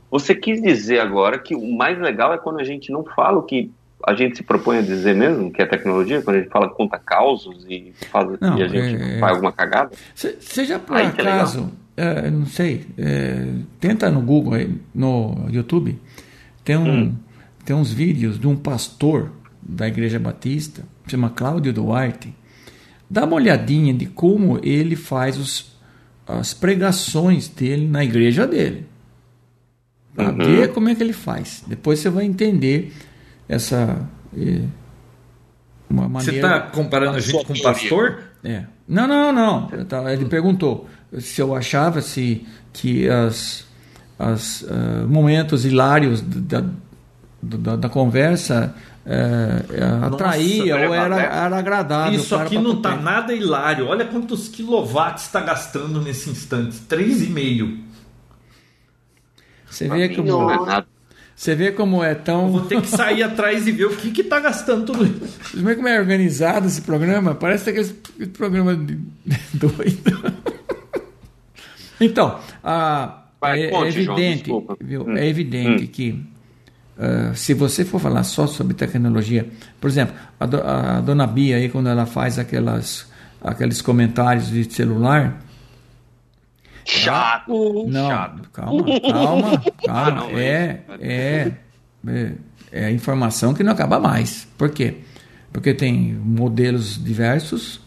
S3: você quis dizer agora que o mais legal é quando a gente não fala o que a gente se propõe a dizer mesmo, que é tecnologia, quando a gente fala conta causos e, faz,
S2: Não,
S3: e a gente
S2: é-
S3: faz alguma cagada.
S2: Se- Seja por
S3: Aí, que
S2: acaso, é, não sei, é, tenta no Google, aí, no YouTube, tem, um, tem uns vídeos de um pastor da Igreja Batista, chama Cláudio Duarte. Dá uma olhadinha de como ele faz os- as pregações dele na igreja dele. Pra ver como é que ele faz. Depois você vai entender essa. eh, uma maneira.
S4: você tá comparando
S3: Ah,
S4: a gente com um pastor?
S2: É. Não, não, não. Eu tava- Ele perguntou se eu achava se que as, as ah, momentos hilários da, da, da conversa eh, eh, atraía ou era, era agradável.
S4: é Isso
S2: para
S4: aqui não tá
S2: papotear.
S4: nada hilário. Olha quantos quilowatts está gastando nesse instante. Três e meio.
S2: Você vê
S3: Pra mim, não é
S2: como
S3: nada.
S2: você vê como é
S4: Eu
S2: tão
S4: Vou ter que sair atrás e ver o que que tá gastando tudo isso.
S2: você vê como é organizado esse programa. Parece aquele programa de... doido. Então, a-
S3: Vai,
S2: é,
S3: conte, João,
S2: evidente,
S3: desculpa.
S2: viu?
S3: Hum.
S2: É evidente que ah, se você for falar só sobre tecnologia, por exemplo, a, do- a dona Bia aí quando ela faz aquelas aqueles comentários de celular,
S3: Chato.
S2: não,
S3: Chato.
S2: calma, calma, calma,
S3: Ah, não,
S2: é, é, é, é informação que não acaba mais. Por quê? Porque tem modelos diversos,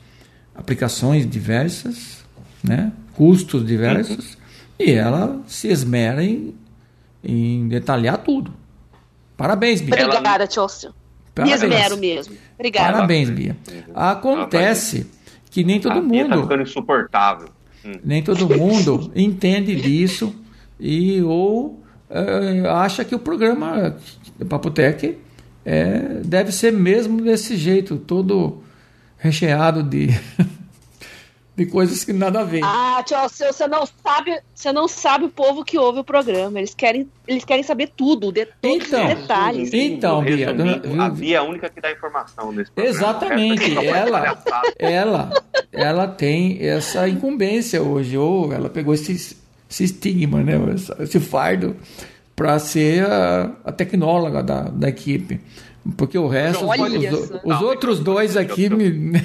S2: aplicações diversas, né? custos diversos, e ela se esmera em, em detalhar tudo. Parabéns, Bia.
S1: Obrigada, Tio Alceu. Me
S2: Parabéns.
S1: esmero mesmo. Obrigada.
S2: Parabéns, Bia. Acontece que nem todo
S3: a minha tá
S2: mundo
S3: ficando insuportável.
S2: nem todo mundo entende disso e ou eh, acha que o programa Papotec é, deve ser mesmo desse jeito, todo recheado de, de coisas que nada a ver.
S1: Ah, tio Alceu, você não sabe, você não sabe o povo que ouve o programa. Eles querem, eles querem saber tudo, de todos
S2: Então.
S1: os detalhes.
S2: Então, Bia,
S3: Resumindo,
S2: dona-
S3: a Bia é a única que dá informação nesse programa.
S2: Exatamente,
S3: O resto é só
S2: ela-
S3: palhaçada.
S2: Ela, ela tem essa incumbência hoje, ou ela pegou esse, esse estigma, né? essa- esse fardo, para ser a, a tecnóloga da, da equipe. Porque o resto, os,
S1: Olha
S2: os-
S1: só.
S2: os outros dois aqui, me- né?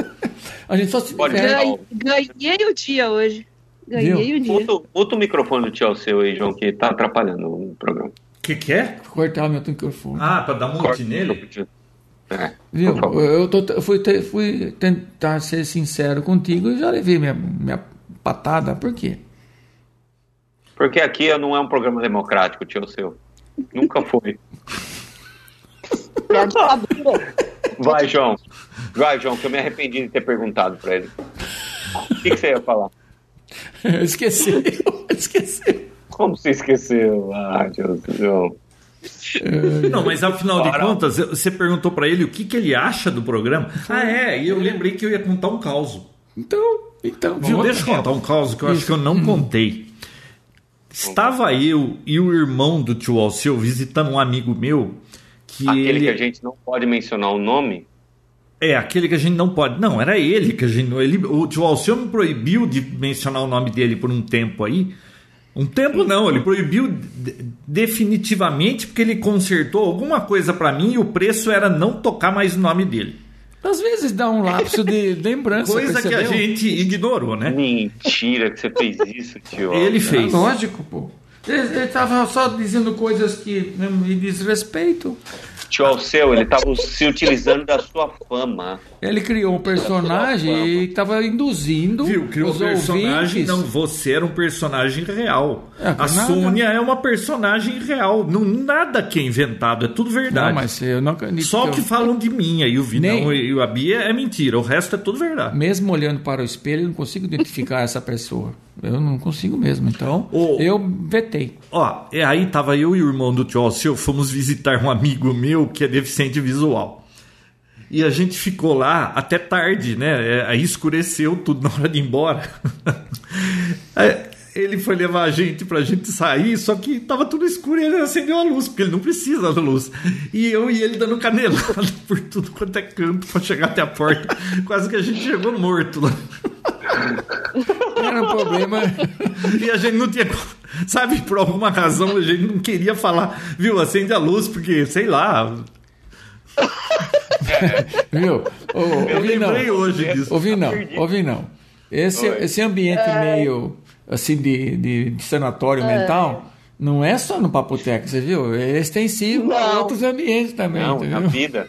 S2: a gente só se
S3: Pode
S2: diverte.
S1: Ganhei, ganhei o dia hoje. Ganhei o dia.
S3: Muta, o- muta o microfone do tio seu aí, João, que tá atrapalhando o programa.
S4: O que que é?
S2: cortar meu microfone.
S4: Ah, pra dar um
S3: Corta
S4: monte
S3: o
S4: nele?
S3: microfone. É,
S2: Viu?
S3: por favor.
S2: Eu, tô, eu fui, te- fui tentar ser sincero contigo e já levei minha, minha patada. Por quê?
S3: Porque aqui não é um programa democrático, tio seu. Nunca foi.
S1: Obrigada, Fabrício.
S3: Vai, João. Vai, João, que eu me arrependi de ter perguntado pra ele. O que, que você ia falar?
S2: Esqueceu, esqueceu.
S3: Como você esqueceu? Ah, tio João.
S4: Não, mas afinal de
S3: Bora.
S4: contas, eu- você perguntou pra ele o que que ele acha do programa. Ah, é, e eu lembrei que eu ia contar um caos.
S2: Então, então.
S4: Viu,
S2: vamos-
S4: deixa eu contar Hum. um caso que eu acho que eu não contei. Estava eu e o irmão do tio Alceu visitando um amigo meu que
S3: Aquele
S4: ele...
S3: que a gente não pode mencionar o nome.
S4: É, aquele que a gente não pode. Não, era ele que a gente não. Ele, o tio Alceu me proibiu de mencionar o nome dele por um tempo aí. Um tempo não, ele proibiu de- definitivamente porque ele consertou alguma coisa pra mim e o preço era não tocar mais o nome dele.
S2: Às vezes dá um lapso de lembrança.
S4: Coisa que a
S2: percebeu?
S4: gente ignorou, né?
S3: Mentira que você fez isso, tio.
S4: Ele fez.
S2: É lógico, pô. Ele estava só dizendo coisas que né, me diz respeito.
S3: Tio Alceu, ele tava se utilizando da sua fama.
S2: Ele criou um personagem e estava induzindo
S4: Viu? Criou um
S2: os
S4: personagem.
S2: ouvintes.
S4: Não, você era um personagem real.
S2: É,
S4: a
S2: nada.
S4: Sônia é uma personagem real. Não, nada que é inventado, é tudo verdade.
S2: Não, mas eu não acredito
S4: Só o que
S2: eu-
S4: falam de mim, aí o Vinão
S2: Nem-
S4: e a Bia é mentira. O resto é tudo verdade.
S2: Mesmo olhando para o espelho, eu não consigo identificar essa pessoa. Eu não consigo mesmo. Então,
S4: Ô.
S2: eu vetei.
S4: Ó, e aí tava eu e o irmão do tio Alceu, fomos visitar um amigo meu que é deficiente visual. E a gente ficou lá até tarde, né? É, Aí escureceu tudo na hora de ir embora. É, ele foi levar a gente pra gente sair, só que tava tudo escuro e ele acendeu a luz, porque ele não precisa da luz. E eu e ele dando canelada por tudo quanto é canto pra chegar até a porta. Quase que a gente chegou morto lá.
S2: Era um problema.
S4: E a gente não tinha. Sabe, por alguma razão a gente não queria falar, viu? Acende a luz, porque sei lá.
S2: Viu? Ô,
S4: Eu
S2: ouvi não.
S4: lembrei hoje disso.
S2: Ouvi não. Ouvi não. Esse,
S3: Oi.
S2: esse ambiente meio assim de, de, de sanatório mental. Não é só no Papoteca, você viu? É extensivo a
S1: Não.
S2: outros ambientes também.
S3: Não,
S2: tá
S3: na
S2: viu?
S3: vida.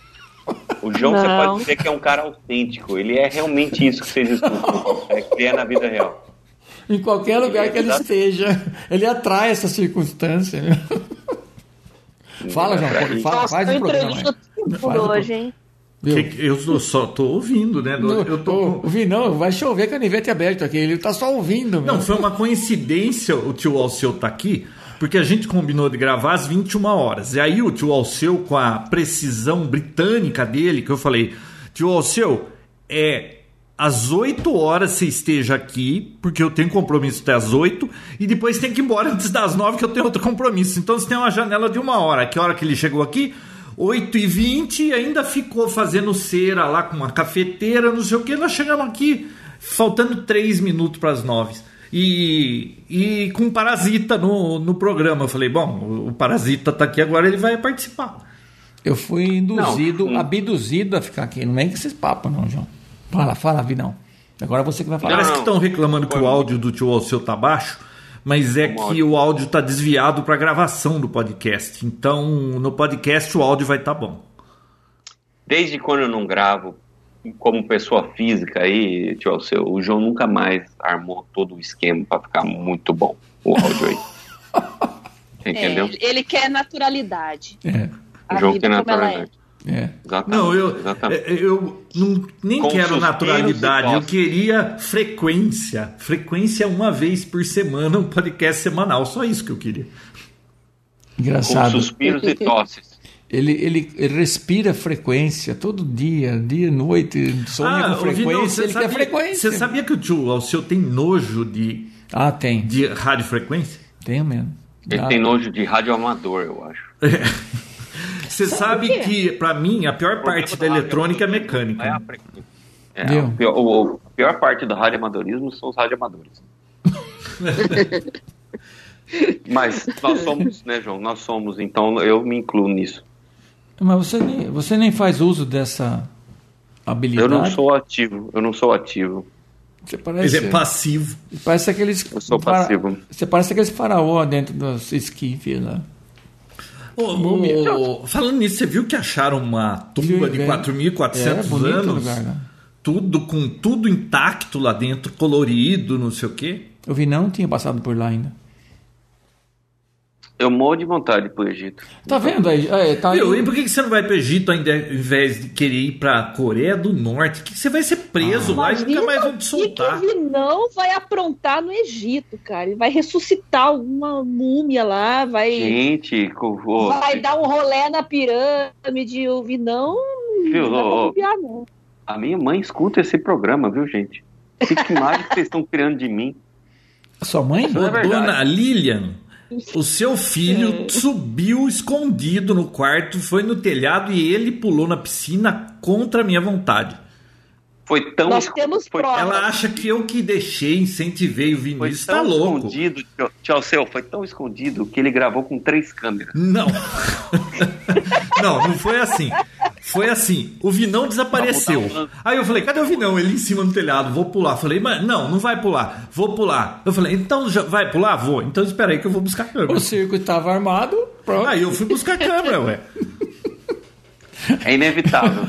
S3: O João, você
S1: Não.
S3: pode dizer que é um cara autêntico. Ele é realmente isso que vocês escutam. É que ele é na vida real.
S2: Em qualquer lugar que ele
S3: Exato.
S2: esteja, ele atrai essa circunstância. né? Fala, João, Paulo, fala, faz o
S1: eu
S2: programa.
S1: entrevisto
S2: aí.
S1: tudo
S2: Faz o
S1: hoje, hein?
S2: Viu?
S4: Que- eu só- só tô ouvindo, né? Eu tô.
S2: Ô, O Vinão, vai chover canivete aberto aqui. Ele tá só ouvindo. meu.
S4: Não, foi uma coincidência o tio Alceu tá aqui, porque a gente combinou de gravar às 21 horas. E aí o tio Alceu, com a precisão britânica dele, que eu falei, tio Alceu, é às 8 horas você esteja aqui, porque eu tenho compromisso até às 8, e depois tem que ir embora antes das 9, que eu tenho outro compromisso. Então você tem uma janela de uma hora. Que hora que ele chegou aqui? 8 e 20 ainda ficou fazendo cera lá com uma cafeteira, não sei o que. Nós chegamos aqui faltando 3 minutos para as 9. E, e com um Parasita no, no programa. Eu falei, bom, o- o Parasita tá aqui agora, ele vai participar.
S2: Eu fui induzido,
S3: Não.
S2: abduzido a ficar aqui. Não vem com esses papos, não, João. Fala, fala, Vinão. Agora é você que vai falar.
S4: Parece
S3: Não,
S4: que estão reclamando que o áudio do tio Alceu tá baixo, mas é
S3: O
S4: que
S3: um áudio.
S4: o áudio tá desviado para gravação do podcast. Então, no podcast o áudio vai estar bom.
S3: Desde quando eu não gravo como pessoa física aí, tio Alceu, o João nunca mais armou todo o esquema pra ficar muito bom o áudio aí. Você
S1: É,
S3: Entendeu?
S1: ele- ele quer naturalidade.
S2: É,
S1: A
S3: o João
S1: vida
S3: tem
S1: como ela é.
S3: naturalidade.
S2: é.
S3: Exatamente.
S4: Não, eu,
S3: Ah, Exatamente.
S4: é, eu não- nem
S3: Com
S4: quero
S3: suspeiros
S4: naturalidade,
S3: e
S4: eu
S3: postos.
S4: queria frequência. Frequência é uma vez por semana, um podcast semanal, só isso que eu queria.
S3: Com
S2: Engraçado.
S3: suspiros e tosses.
S2: Ele, ele ele respira frequência todo dia, dia e noite. Sonha
S3: Ah,
S2: com
S4: ô, Ah, Vinão,
S2: frequência.
S4: você
S2: ele quer
S4: sabia-
S2: frequência.
S4: Você sabia que o tio Alceu tem nojo de,
S2: Ah, tem.
S4: de radiofrequência?
S2: Tem mesmo.
S3: Ele
S2: Ah,
S3: tem nojo de rádio amador, eu acho.
S4: Você sabe,
S1: por quê?
S4: que, pra mim, a pior parte da eletrônica é mecânica.
S3: É, a
S4: né?
S3: frequência. É,
S2: Viu?
S3: a pior, o- o- a pior parte do radioamadorismo são os radioamadores. Mas nós somos, né, João? Nós somos, então eu me incluo nisso.
S2: Mas você nem, você nem faz uso dessa habilidade.
S3: Eu não sou ativo, eu não sou ativo.
S2: Você parece,
S4: Ele é passivo.
S2: parece aqueles.
S3: Eu sou
S2: fara-
S3: passivo.
S2: Você parece aqueles faraó dentro dos esquife lá.
S4: Ô, ô, ô, falando nisso, você viu que acharam uma tumba de
S2: Sim,
S4: 4.400
S2: É, bonito o
S4: anos?
S2: lugar, né?
S4: Tudo com tudo intacto lá dentro, colorido, não sei o quê.
S2: Eu vi, não tinha passado por lá ainda.
S3: Eu morro de vontade pro Egito.
S2: Tá vendo aí? É, tá aí.
S4: Meu, e por que que você não vai pro Egito ainda, ao invés de querer ir pra Coreia do Norte? Que você vai ser preso lá e nunca mais
S1: o que
S4: vão te
S1: que
S4: soltar.
S1: o Vinão vai aprontar no Egito, cara? Ele vai ressuscitar uma múmia lá, vai,
S3: Gente, co- ô,
S1: vai dar um rolé na pirâmide. O Vinão
S3: viu,
S1: não vai
S3: ô, ô,
S1: confiar, não.
S3: a minha mãe escuta esse programa, viu, gente? Que que imagem que vocês estão criando de mim?
S2: Sua mãe?
S3: Não é
S4: Ô,
S3: verdade.
S4: Dona Lilian, o seu filho subiu escondido no quarto, foi no telhado e ele pulou na piscina contra a minha vontade.
S3: Foi tão
S1: Nós
S3: esco-
S1: temos
S3: foi
S1: provas.
S4: Ela acha que eu que deixei, incentivei o
S3: Foi
S4: Vinícius. Tá
S3: tão
S4: louco.
S3: escondido, tio- tio Alceu, foi tão escondido que ele gravou com três câmeras.
S4: Não. não, não foi assim. Foi assim, o Vinão
S2: Tá
S4: desapareceu. Aí eu falei, cadê o Vinão? Ele em cima no telhado, vou pular. Falei, mas não, não vai pular, vou pular. Eu falei, então já vai pular? Vou. Então espera aí que eu vou buscar a câmera.
S2: O circo estava armado, pronto.
S4: Aí eu fui buscar a câmera, ué.
S3: É inevitável.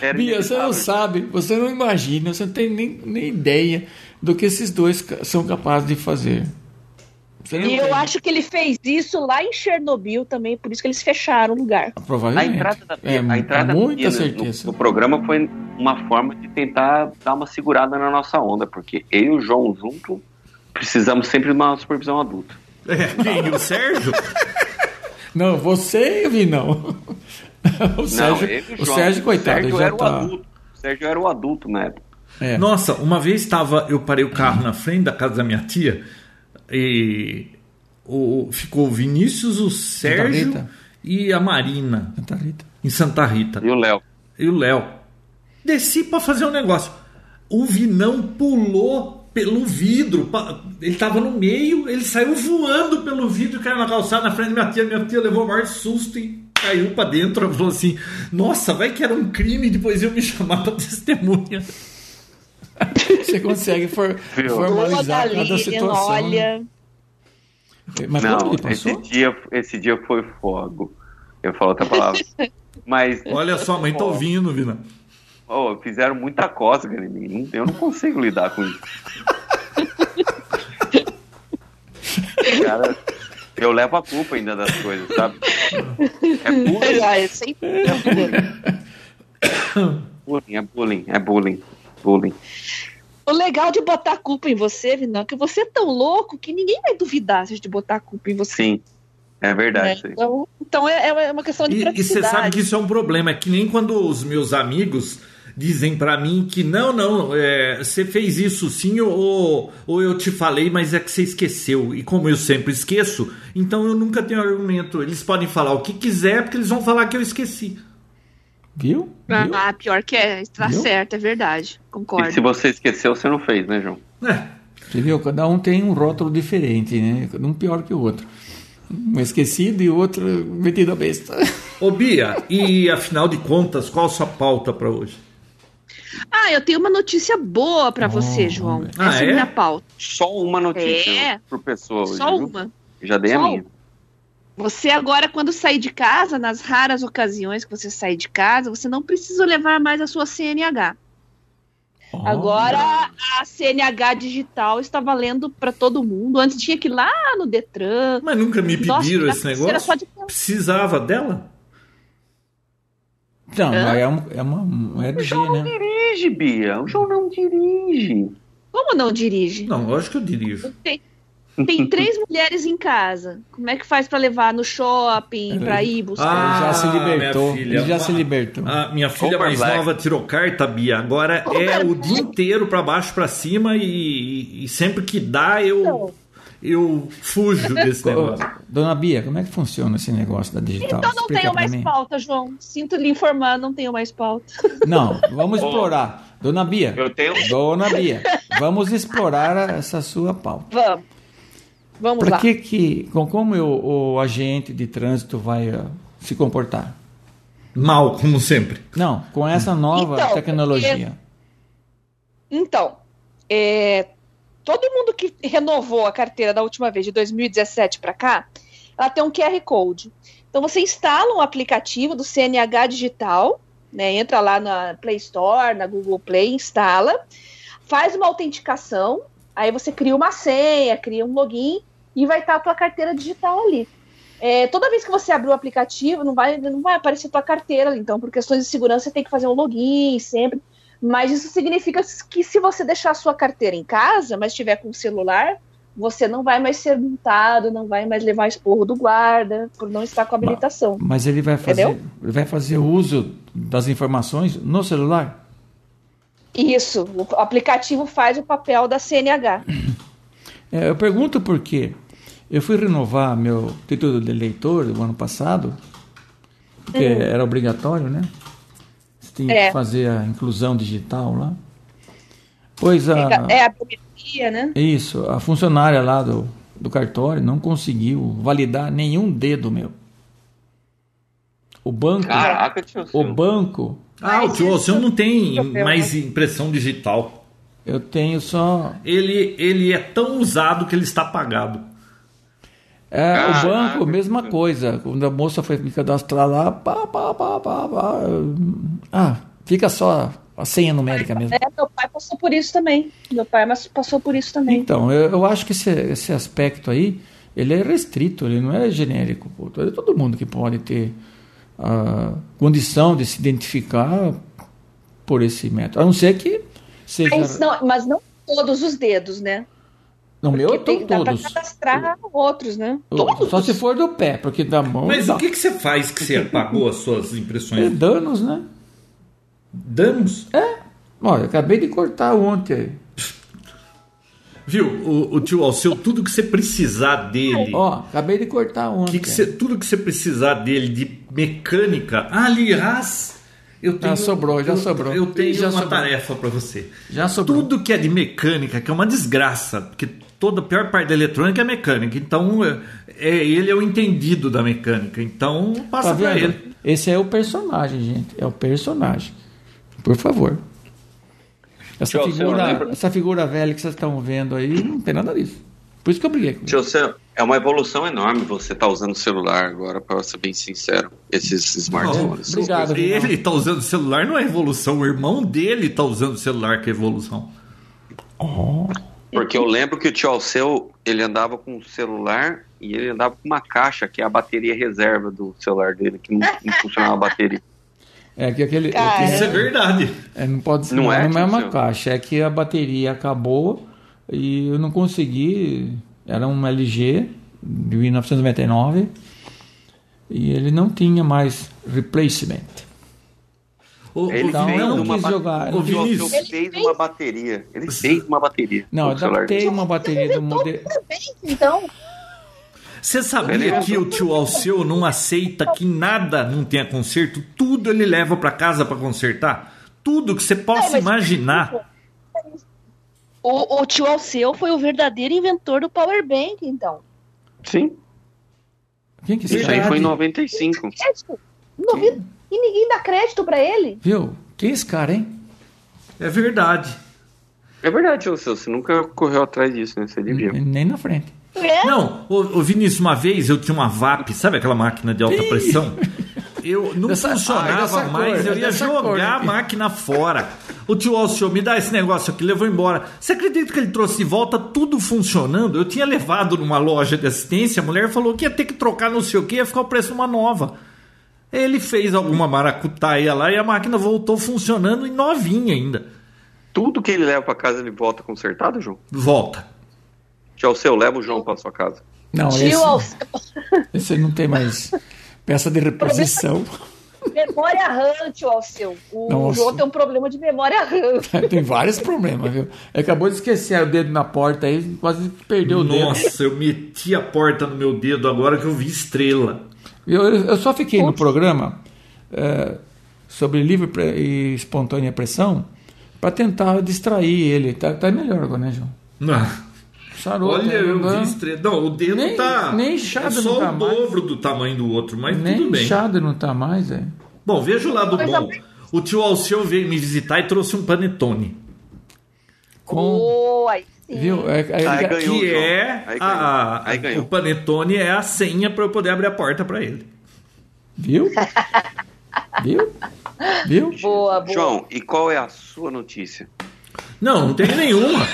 S3: Era
S2: Bia, você é um não
S3: inevitável.
S2: sabe, você não imagina, você não tem nem, nem ideia do que esses dois ca- são capazes de fazer. Você não
S1: E eu
S2: tem.
S1: acho que ele fez isso lá em Chernobyl também, por isso que eles fecharam o lugar.
S3: A
S2: Ah, Provavelmente.
S3: entrada da
S2: é,
S3: Bia, a entrada
S2: é
S3: da
S2: muita
S3: Bia no-
S2: certeza.
S3: No, no programa foi uma forma de tentar dar uma segurada na nossa onda, porque eu e o João junto precisamos sempre de uma supervisão adulta.
S4: É, quem? O Sérgio?
S2: Não, você eu vi não. O Sérgio,
S3: eu e
S2: o
S3: João.
S2: Sérgio coitado,
S3: Sérgio
S2: ele já
S3: era o
S2: tá.
S3: adulto. O Sérgio era o adulto na época.
S2: É.
S4: Nossa, uma vez estava, eu parei o carro na frente da casa da minha tia e o, ficou o Vinícius, o Sérgio
S2: Rita.
S4: e a Marina
S2: Santa Rita.
S4: em Santa Rita.
S3: E o Léo.
S4: E o Léo. Desci para fazer um negócio. O Vinão pulou pelo vidro. pa- Ele tava no meio, ele saiu voando pelo vidro, caiu na calçada na frente da minha tia. Minha tia levou o maior susto e caiu para dentro. Ela falou assim: Nossa, vai que era um crime, depois eu me chamar pra testemunha.
S2: Você consegue for,
S3: Viu?
S2: formalizar
S1: Toda
S2: cada
S1: ali,
S2: situação. né?
S1: olha.
S2: Mas quando
S3: Não, é
S2: ele
S3: esse
S2: passou?
S3: dia, esse dia foi fogo. Eu falo outra palavra. Mas
S4: Olha só, mãe tá ouvindo, Vinão.
S3: oh, fizeram muita cósmica em mim. Não- Eu não consigo lidar com isso. Cara, eu levo a culpa ainda das coisas, sabe? É bullying,
S1: Ah, é sem dúvida.
S3: bullying, é bullying, é bullying, bullying.
S1: O legal de botar a culpa em você, Vinão, é que você é tão louco que ninguém vai duvidar se a gente botar a culpa em você.
S3: Sim, é
S1: né?
S3: verdade. isso aí.
S1: Então, então é, é uma questão de
S4: E- E você
S1: praticidade.
S4: sabe que isso é um problema, é que nem quando os meus amigos dizem pra mim que não, não, é, você fez isso sim ou, ou eu te falei, mas é que você esqueceu. E como eu sempre esqueço, então eu nunca tenho argumento. Eles podem falar o que quiser, porque eles vão falar que eu esqueci.
S2: Viu? Viu?
S1: Ah, pior que é, está
S2: Viu?
S1: certo, é verdade. Concordo.
S3: E se você esqueceu, você não fez, né, João?
S4: É,
S2: Você viu? Cada um tem um rótulo diferente, né? Um pior que o outro. Um esquecido e o outro metido a besta.
S4: Ô Bia, e afinal de contas, qual a sua pauta pra hoje?
S1: Ah, eu tenho uma notícia boa pra
S2: Oh,
S1: você, João.
S2: velho.
S4: Ah,
S1: Essa é
S4: é?
S1: a minha pauta.
S3: Só uma notícia
S1: É.
S3: pro pessoal hoje,
S1: Só
S3: viu?
S1: uma.
S3: Já dei
S1: Só um.
S3: a minha.
S1: Você agora, quando sair de casa, nas raras ocasiões que você sair de casa, você não precisa levar mais a sua CNH. Agora a CNH digital está valendo pra todo mundo. Antes tinha que ir lá no Detran.
S4: Mas nunca me
S1: Nossa,
S4: pediram
S1: era-
S4: esse
S1: Era
S4: negócio.
S1: só de um-
S4: Precisava dela?
S2: Não,
S1: Hã? Então,
S2: mas é, um, é uma. É do G, né?
S3: Dirige, Bia. O João não dirige.
S1: Como não dirige?
S4: Não, lógico que eu dirijo.
S1: Tem, tem três mulheres em casa. Como é que faz pra levar no shopping,
S2: Peraí.
S1: pra ir buscar?
S2: Ele já se
S4: Ah,
S2: libertou.
S4: minha filha.
S2: Ele já se
S4: Ah,
S2: libertou.
S4: A minha filha
S3: Over
S4: mais
S3: black.
S4: nova tirou carta, Bia. Agora
S1: Over
S4: é o
S1: black.
S4: dia inteiro pra baixo, pra cima e, e- e sempre que dá
S2: Tá,
S1: Então.
S4: eu eu fujo desse
S2: Ô,
S4: negócio.
S2: Dona Bia, como é que funciona esse negócio da digital?
S1: Então não
S2: Explica
S1: tenho
S2: pra
S1: mais
S2: mim.
S1: pauta, João. Sinto lhe informar, não tenho mais pauta.
S2: Não, vamos explorar. Dona Bia,
S3: Eu tenho. um
S2: Dona Bia, vamos explorar a- essa sua pauta.
S1: Vamos. Vamos
S2: Para
S1: lá.
S2: que que, com- como eu- o agente de trânsito vai eh, se comportar?
S4: Mal, como sempre.
S2: Não, com essa nova
S1: Então,
S2: tecnologia.
S1: Então, é, todo mundo que renovou a carteira da última vez, de 2017 para cá, ela tem um QR Code. Então, você instala um aplicativo do CNH Digital, né, entra lá na Play Store, na Google Play, instala, faz uma autenticação, aí você cria uma senha, cria um login e vai estar a tua carteira digital ali. É, toda vez que você abrir o aplicativo, não vai, não vai aparecer tua carteira, então, por questões de segurança, você tem que fazer um login sempre. Mas isso significa que se você deixar a sua carteira em casa, mas tiver com o celular, você não vai mais ser multado, não vai mais levar esporro do guarda por não estar com habilitação.
S2: Mas ele vai fazer,
S1: Entendeu?
S2: ele vai fazer uso das informações no celular?
S1: Isso, o aplicativo faz o papel da CNH.
S2: É, eu pergunto por quê. Eu fui renovar meu título de eleitor do ano passado, porque era obrigatório, né? Você tinha
S1: Uhum. É.
S2: que fazer a inclusão digital lá. Pois a,
S1: É a biometria, né?
S2: Isso, a funcionária lá do, do cartório não conseguiu validar nenhum dedo meu. O banco.
S3: Caraca, tio
S2: O
S3: Silvio.
S2: banco,
S4: Ah, o
S1: Mas
S4: tio
S1: isso-
S4: Alceu não tem
S1: Isso é
S4: mais impressão digital.
S2: eu tenho só.
S4: Ele, ele é tão usado que ele está apagado.
S2: É, o
S3: Caraca.
S2: banco, mesma coisa. Quando a moça foi me cadastrar lá, pá, pá, pá, pá, pá. Ah, fica só a senha numérica mesmo.
S1: É, meu pai passou por isso também. Meu pai mas passou por isso também.
S2: Então, eu, eu acho que esse, esse aspecto aí, ele é restrito, ele não é genérico. pô. Todo todo mundo que pode ter a condição de se identificar por esse método. A não ser que seja...
S1: Mas não, mas não todos os dedos, né?
S2: no meu,
S1: Porque tem,
S2: estão
S1: dá pra
S2: todos.
S1: cadastrar outros, né?
S2: Todos? Só se for do pé, porque da mão...
S4: Mas
S2: dá.
S4: o que, que você faz que você apagou as suas
S2: É
S4: impressões?
S2: danos, né?
S4: Danos?
S2: Olha, eu acabei de cortar ontem.
S4: Viu, o, o tio Alceu, tudo que você precisar dele.
S2: Ó, acabei de cortar um Tá ontem.
S4: que que você- tudo que você precisar dele de mecânica. Aliás, eu tenho.
S2: sobrou, já
S4: eu-
S2: sobrou.
S4: Eu tenho
S2: Já
S4: uma
S2: sobrou.
S4: tarefa para você.
S2: Já sobrou.
S4: Tudo que é de mecânica, que é uma desgraça, porque toda a pior parte da eletrônica é mecânica. Então, é, é- ele é o entendido da mecânica. Então,
S2: Tá
S4: passa pra
S2: vendo?
S4: ele.
S2: Esse é o personagem, gente. É o personagem. Por favor. Essa
S3: Tchau,
S2: figura,
S3: senhor, lembra?
S2: essa figura velha que vocês estão vendo aí não tem nada disso. Por isso que eu briguei com ele.
S3: Tio Sam, é uma evolução enorme você tá usando o celular agora, pra ser bem sincero. Esses smartphones.
S2: Obrigado. Vinal.
S4: ele tá usando o celular, não é evolução. O irmão dele tá usando o celular, que é evolução.
S3: Porque eu lembro que o tio Alceu, ele andava com um celular e ele andava com uma caixa, que é a bateria reserva do celular dele, que não, não funcionava a bateria.
S2: É que aquele.
S1: Cara.
S2: é que-
S4: Isso é verdade.
S2: é, não pode ser.
S3: Não
S2: Não
S3: é,
S2: é, não é uma
S3: tio?
S2: caixa. É que a bateria acabou e eu não consegui. Era um LG de 1999 e ele não tinha mais replacement.
S4: O, o
S3: Ele
S2: Então,
S3: fez
S2: eu não
S3: uma
S2: quis
S3: ba-
S2: jogar, eu
S3: O
S2: não
S3: tio
S4: quis.
S3: Alceu
S1: Ele
S3: fez
S1: fez?
S3: uma bateria. Ele fez uma bateria.
S2: Não,
S3: com o celular
S2: adaptei
S3: dele.
S2: uma bateria do modelo.
S1: Também, então.
S4: Você sabia
S3: Beleza.
S4: que o tio Alceu não aceita que nada não tenha conserto? Tudo ele leva pra casa pra consertar? Tudo que você possa
S1: mas-
S4: imaginar.
S1: O, o tio Alceu foi o verdadeiro inventor do Power Bank, então.
S3: Sim,
S2: Quem que é?
S3: isso aí
S2: será?
S3: foi em 95.
S1: Crédito. Não vi- É, tipo, E ninguém dá crédito pra ele.
S2: Viu? Quem é esse cara, hein?
S4: É verdade.
S3: É verdade, tio Alceu, você nunca correu atrás disso, né? Você devia.
S2: Nem na frente.
S1: É,
S4: Não, ô, ô Vinícius, uma vez eu tinha uma VAP, sabe aquela máquina de alta pressão? Eu não
S2: Dessa-
S4: funcionava
S2: ah, dessa
S4: mais,
S2: cor,
S4: eu ia
S2: dessa cor,
S4: jogar a
S2: né?
S4: máquina fora. O tio Alceu, me dá esse negócio aqui, levou embora. Você acredita que ele trouxe de volta tudo funcionando? Eu tinha levado numa loja de assistência, a mulher falou que ia ter que trocar não sei o que, ia ficar o preço de uma nova. Ele fez alguma maracutaia lá e a máquina voltou funcionando e novinha ainda.
S3: Tudo que ele leva pra casa, ele volta consertado, João?
S4: Volta.
S3: Tio Alceu, leva o João pra sua casa.
S2: Não, esse,
S1: tio Alceu.
S2: esse não tem mais peça de reposição.
S1: Memória RAM, tio Alceu. O
S2: Nossa.
S1: João tem um problema de memória RAM.
S2: tem vários problemas, viu? Acabou de esquecer o dedo na porta aí, quase perdeu o dedo.
S4: Nossa, eu meti a porta no meu dedo agora que eu vi estrela.
S2: Eu, eu só fiquei no programa é, sobre livre pre- e espontânea pressão para tentar distrair ele. Tá, tá melhor agora, né, João?
S4: Não.
S2: Sarou,
S4: Olha,
S2: tá,
S4: eu
S2: né?
S4: vi estrela. Não, o dedo
S2: Nem-
S4: tá.
S2: nem inchado
S4: é só
S2: não tá
S4: o
S2: mais.
S4: dobro do tamanho do outro, mas
S2: Nem
S4: tudo bem.
S2: inchado não tá mais, é.
S4: Bom, veja o lado
S1: Coisa
S4: bom.
S1: bem-
S4: O tio Alceu veio me visitar e trouxe um panetone.
S2: Com,
S1: Oh, aí sim.
S2: viu? É- é-
S3: Aí
S2: é-
S3: ganhou. Ganhou,
S4: que
S3: João.
S4: é
S3: Aí ganhou.
S4: a,
S3: Aí ganhou.
S4: o panetone é a senha para eu poder abrir a porta para ele.
S2: Viu? Viu? Viu?
S1: Boa, boa.
S3: João, e qual é a sua notícia?
S4: Não, não tem nenhuma.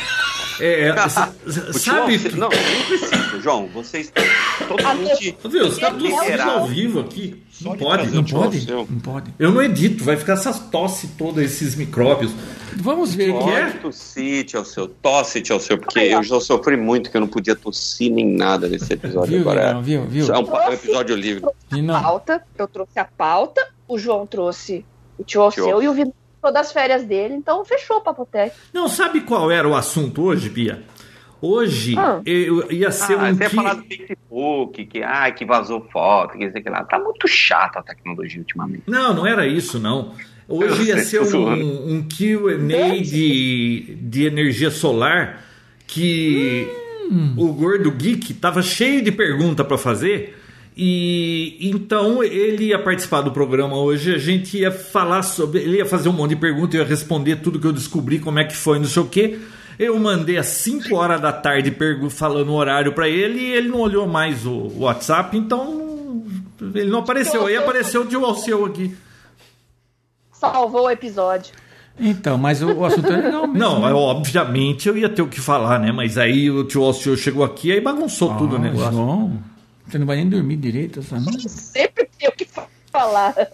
S4: É, s-
S3: O
S4: s-
S3: tio
S4: sabe?
S3: Alceu- Não, nem precisa, João. Você está totalmente.
S4: Viu, você tá tudo
S3: Liberal.
S4: ao vivo aqui. Não pode.
S2: Não
S4: Não pode.
S2: pode?
S3: Seu.
S2: Não pode.
S4: Eu não edito, vai ficar essas tosse toda, esses micróbios.
S2: Vamos ver o que é.
S3: Pode tossir, tio Alceu. Tosse, tio Alceu, porque eu já sofri muito que eu não podia tossir nem nada nesse episódio
S2: Viu,
S3: agora.
S2: Vinão, viu, viu?
S3: Isso É um, pa- um episódio livre.
S2: E não.
S1: Pauta, eu trouxe a pauta, o João trouxe o tio Alceu
S3: Alceu.
S1: e o Vitor todas as férias dele, então fechou o papotec.
S4: Não, sabe qual era o assunto hoje, Bia? Hoje
S1: Ah.
S4: eu ia ser
S3: Ah,
S4: um
S3: você ia
S4: que-
S3: falar do Facebook, que, ah, que vazou foto, que sei que lá. Tá muito chata a tecnologia ultimamente.
S4: Não, não era isso, não. Hoje
S3: Eu
S4: ia
S3: sei,
S4: ser
S3: tô zoando.
S4: um, um Q&A de, de energia solar que o Gordo Geek tava cheio de pergunta para fazer E então ele ia participar do programa hoje, a gente ia falar sobre. Ele ia fazer um monte de perguntas, eu ia responder tudo que eu descobri, como é que foi, não sei o quê. Eu mandei às 5 horas da tarde falando o horário para ele e ele não olhou mais o WhatsApp, então ele não apareceu. Aí apareceu de Alceu aqui.
S1: Salvou o episódio.
S2: Então, mas o, o assunto é legal mesmo.
S4: Não, eu, obviamente eu ia ter o que falar, né? Mas aí o tio Alceu chegou aqui e bagunçou
S2: Ah,
S4: tudo né? o negócio.
S2: João, você não vai nem dormir direito essa noite.
S1: Sempre tem o que falar.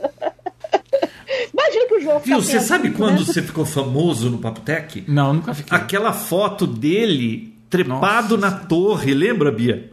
S1: Imagina que o João fica
S4: Viu, você
S1: pensando,
S4: sabe
S1: né?
S4: quando você ficou famoso no Papotec?
S2: Não, nunca fiquei.
S4: Aquela foto dele trepado na torre, lembra, Bia?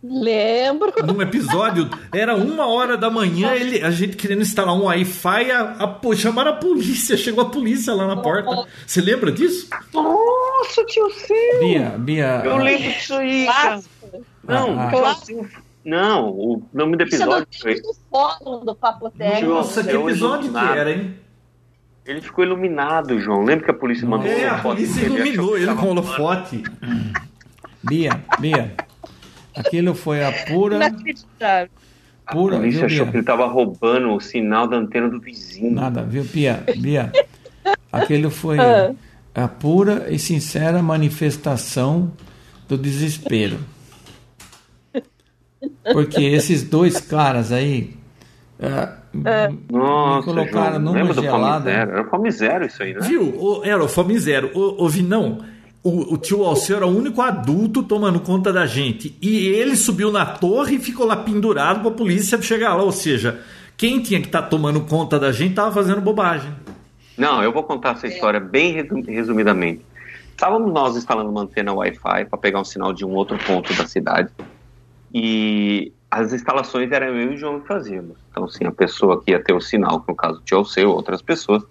S1: Lembro.
S4: num episódio, era uma hora da manhã, ele, a gente querendo instalar um Wi-Fi, a, a, pô, chamaram a polícia, chegou a polícia lá na porta. Você lembra disso?
S3: Nossa, tio Sil!
S2: Bia, Bia.
S4: Ah.
S3: Eu lembro disso aí, cara.
S1: Clássico.
S3: Não,
S2: Ah,
S1: ah.
S3: tio Sil. Não, o nome do
S1: Isso é do
S3: episódio foi.
S1: tempo do fórum do Papoteca.
S4: Nossa, que
S3: é o
S4: episódio que
S3: iluminado.
S4: era, hein?
S3: Ele ficou iluminado, João. Lembra que a polícia mandou
S4: É, a
S3: uma foto
S4: polícia
S3: dele, achou
S4: iluminou
S3: que
S4: ele
S3: tava
S4: com o holofote.
S2: Bia, Bia. Aquilo foi a pura.
S1: Inacreditável.
S3: A
S2: Pura, viu,
S3: polícia Ah, achou
S2: Bia?
S3: que ele tava roubando o sinal da antena do vizinho.
S2: Nada, viu, Bia? Bia. Aquilo foi
S1: Ah.
S2: a pura e sincera manifestação do desespero. Porque esses dois caras aí. ah,
S3: Nossa,
S2: colocaram
S3: João,
S2: numa
S3: lembra do Fome
S2: gelada.
S3: Zero? Era Fome Zero isso aí, né?
S4: Viu? O, era o Fome Zero. O, o Vinão, o, o tio Alceu era o único adulto tomando conta da gente. E ele subiu na torre e ficou lá pendurado pra polícia chegar lá. Ou seja, quem tinha que estar tomando conta da gente tava fazendo bobagem.
S3: Não, eu vou contar essa história bem resu- resumidamente. Estávamos nós instalando uma antena Wi-Fi para pegar um sinal de um outro ponto da cidade. E as instalações eram eu e o João que fazíamos. Então, assim, a pessoa que ia ter o sinal, no caso de eu seu, outras pessoas,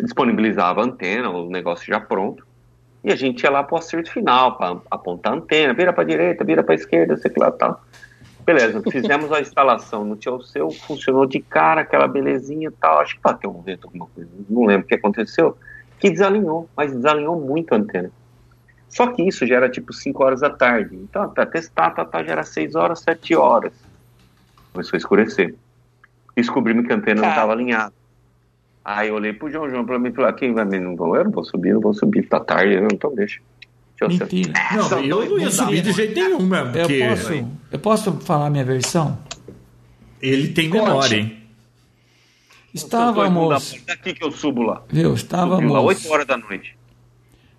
S3: disponibilizava a antena, o negócio já pronto. E a gente ia lá para o acerto final, para apontar a antena, vira para direita, vira para esquerda, sei lá, tal. Beleza, fizemos a instalação no Tio Seu, funcionou de cara, aquela belezinha e tal. Acho que bateu um vento, alguma coisa, não lembro o que aconteceu. Que desalinhou, mas desalinhou muito a antena. Só que isso já era tipo 5 horas da tarde. Então, tá, testar, tá, tá, já era 6 horas, 7 horas. Começou a escurecer. Descobrimos que a antena não
S1: Cara.
S3: estava alinhada. Aí eu olhei pro João, João pra mim e falei: "Ah, quem vai me? Não vou, eu não vou subir, não vou subir, tá tarde, não, então deixa. assim. Tio Seu.
S2: mentira.
S4: Não,
S3: São
S4: eu
S3: dois
S4: não ia
S3: não dá,
S4: subir de
S3: mano.
S4: jeito nenhum, mesmo.
S2: Eu
S4: porque
S2: posso, eu posso falar minha versão?
S4: Ele tem
S1: Conte.
S4: memória, hein?
S3: Então,
S2: Estávamos.
S3: Daqui que eu subo lá.
S2: Viu?
S3: Subiu lá,
S2: Estávamos.
S3: 8 horas da noite.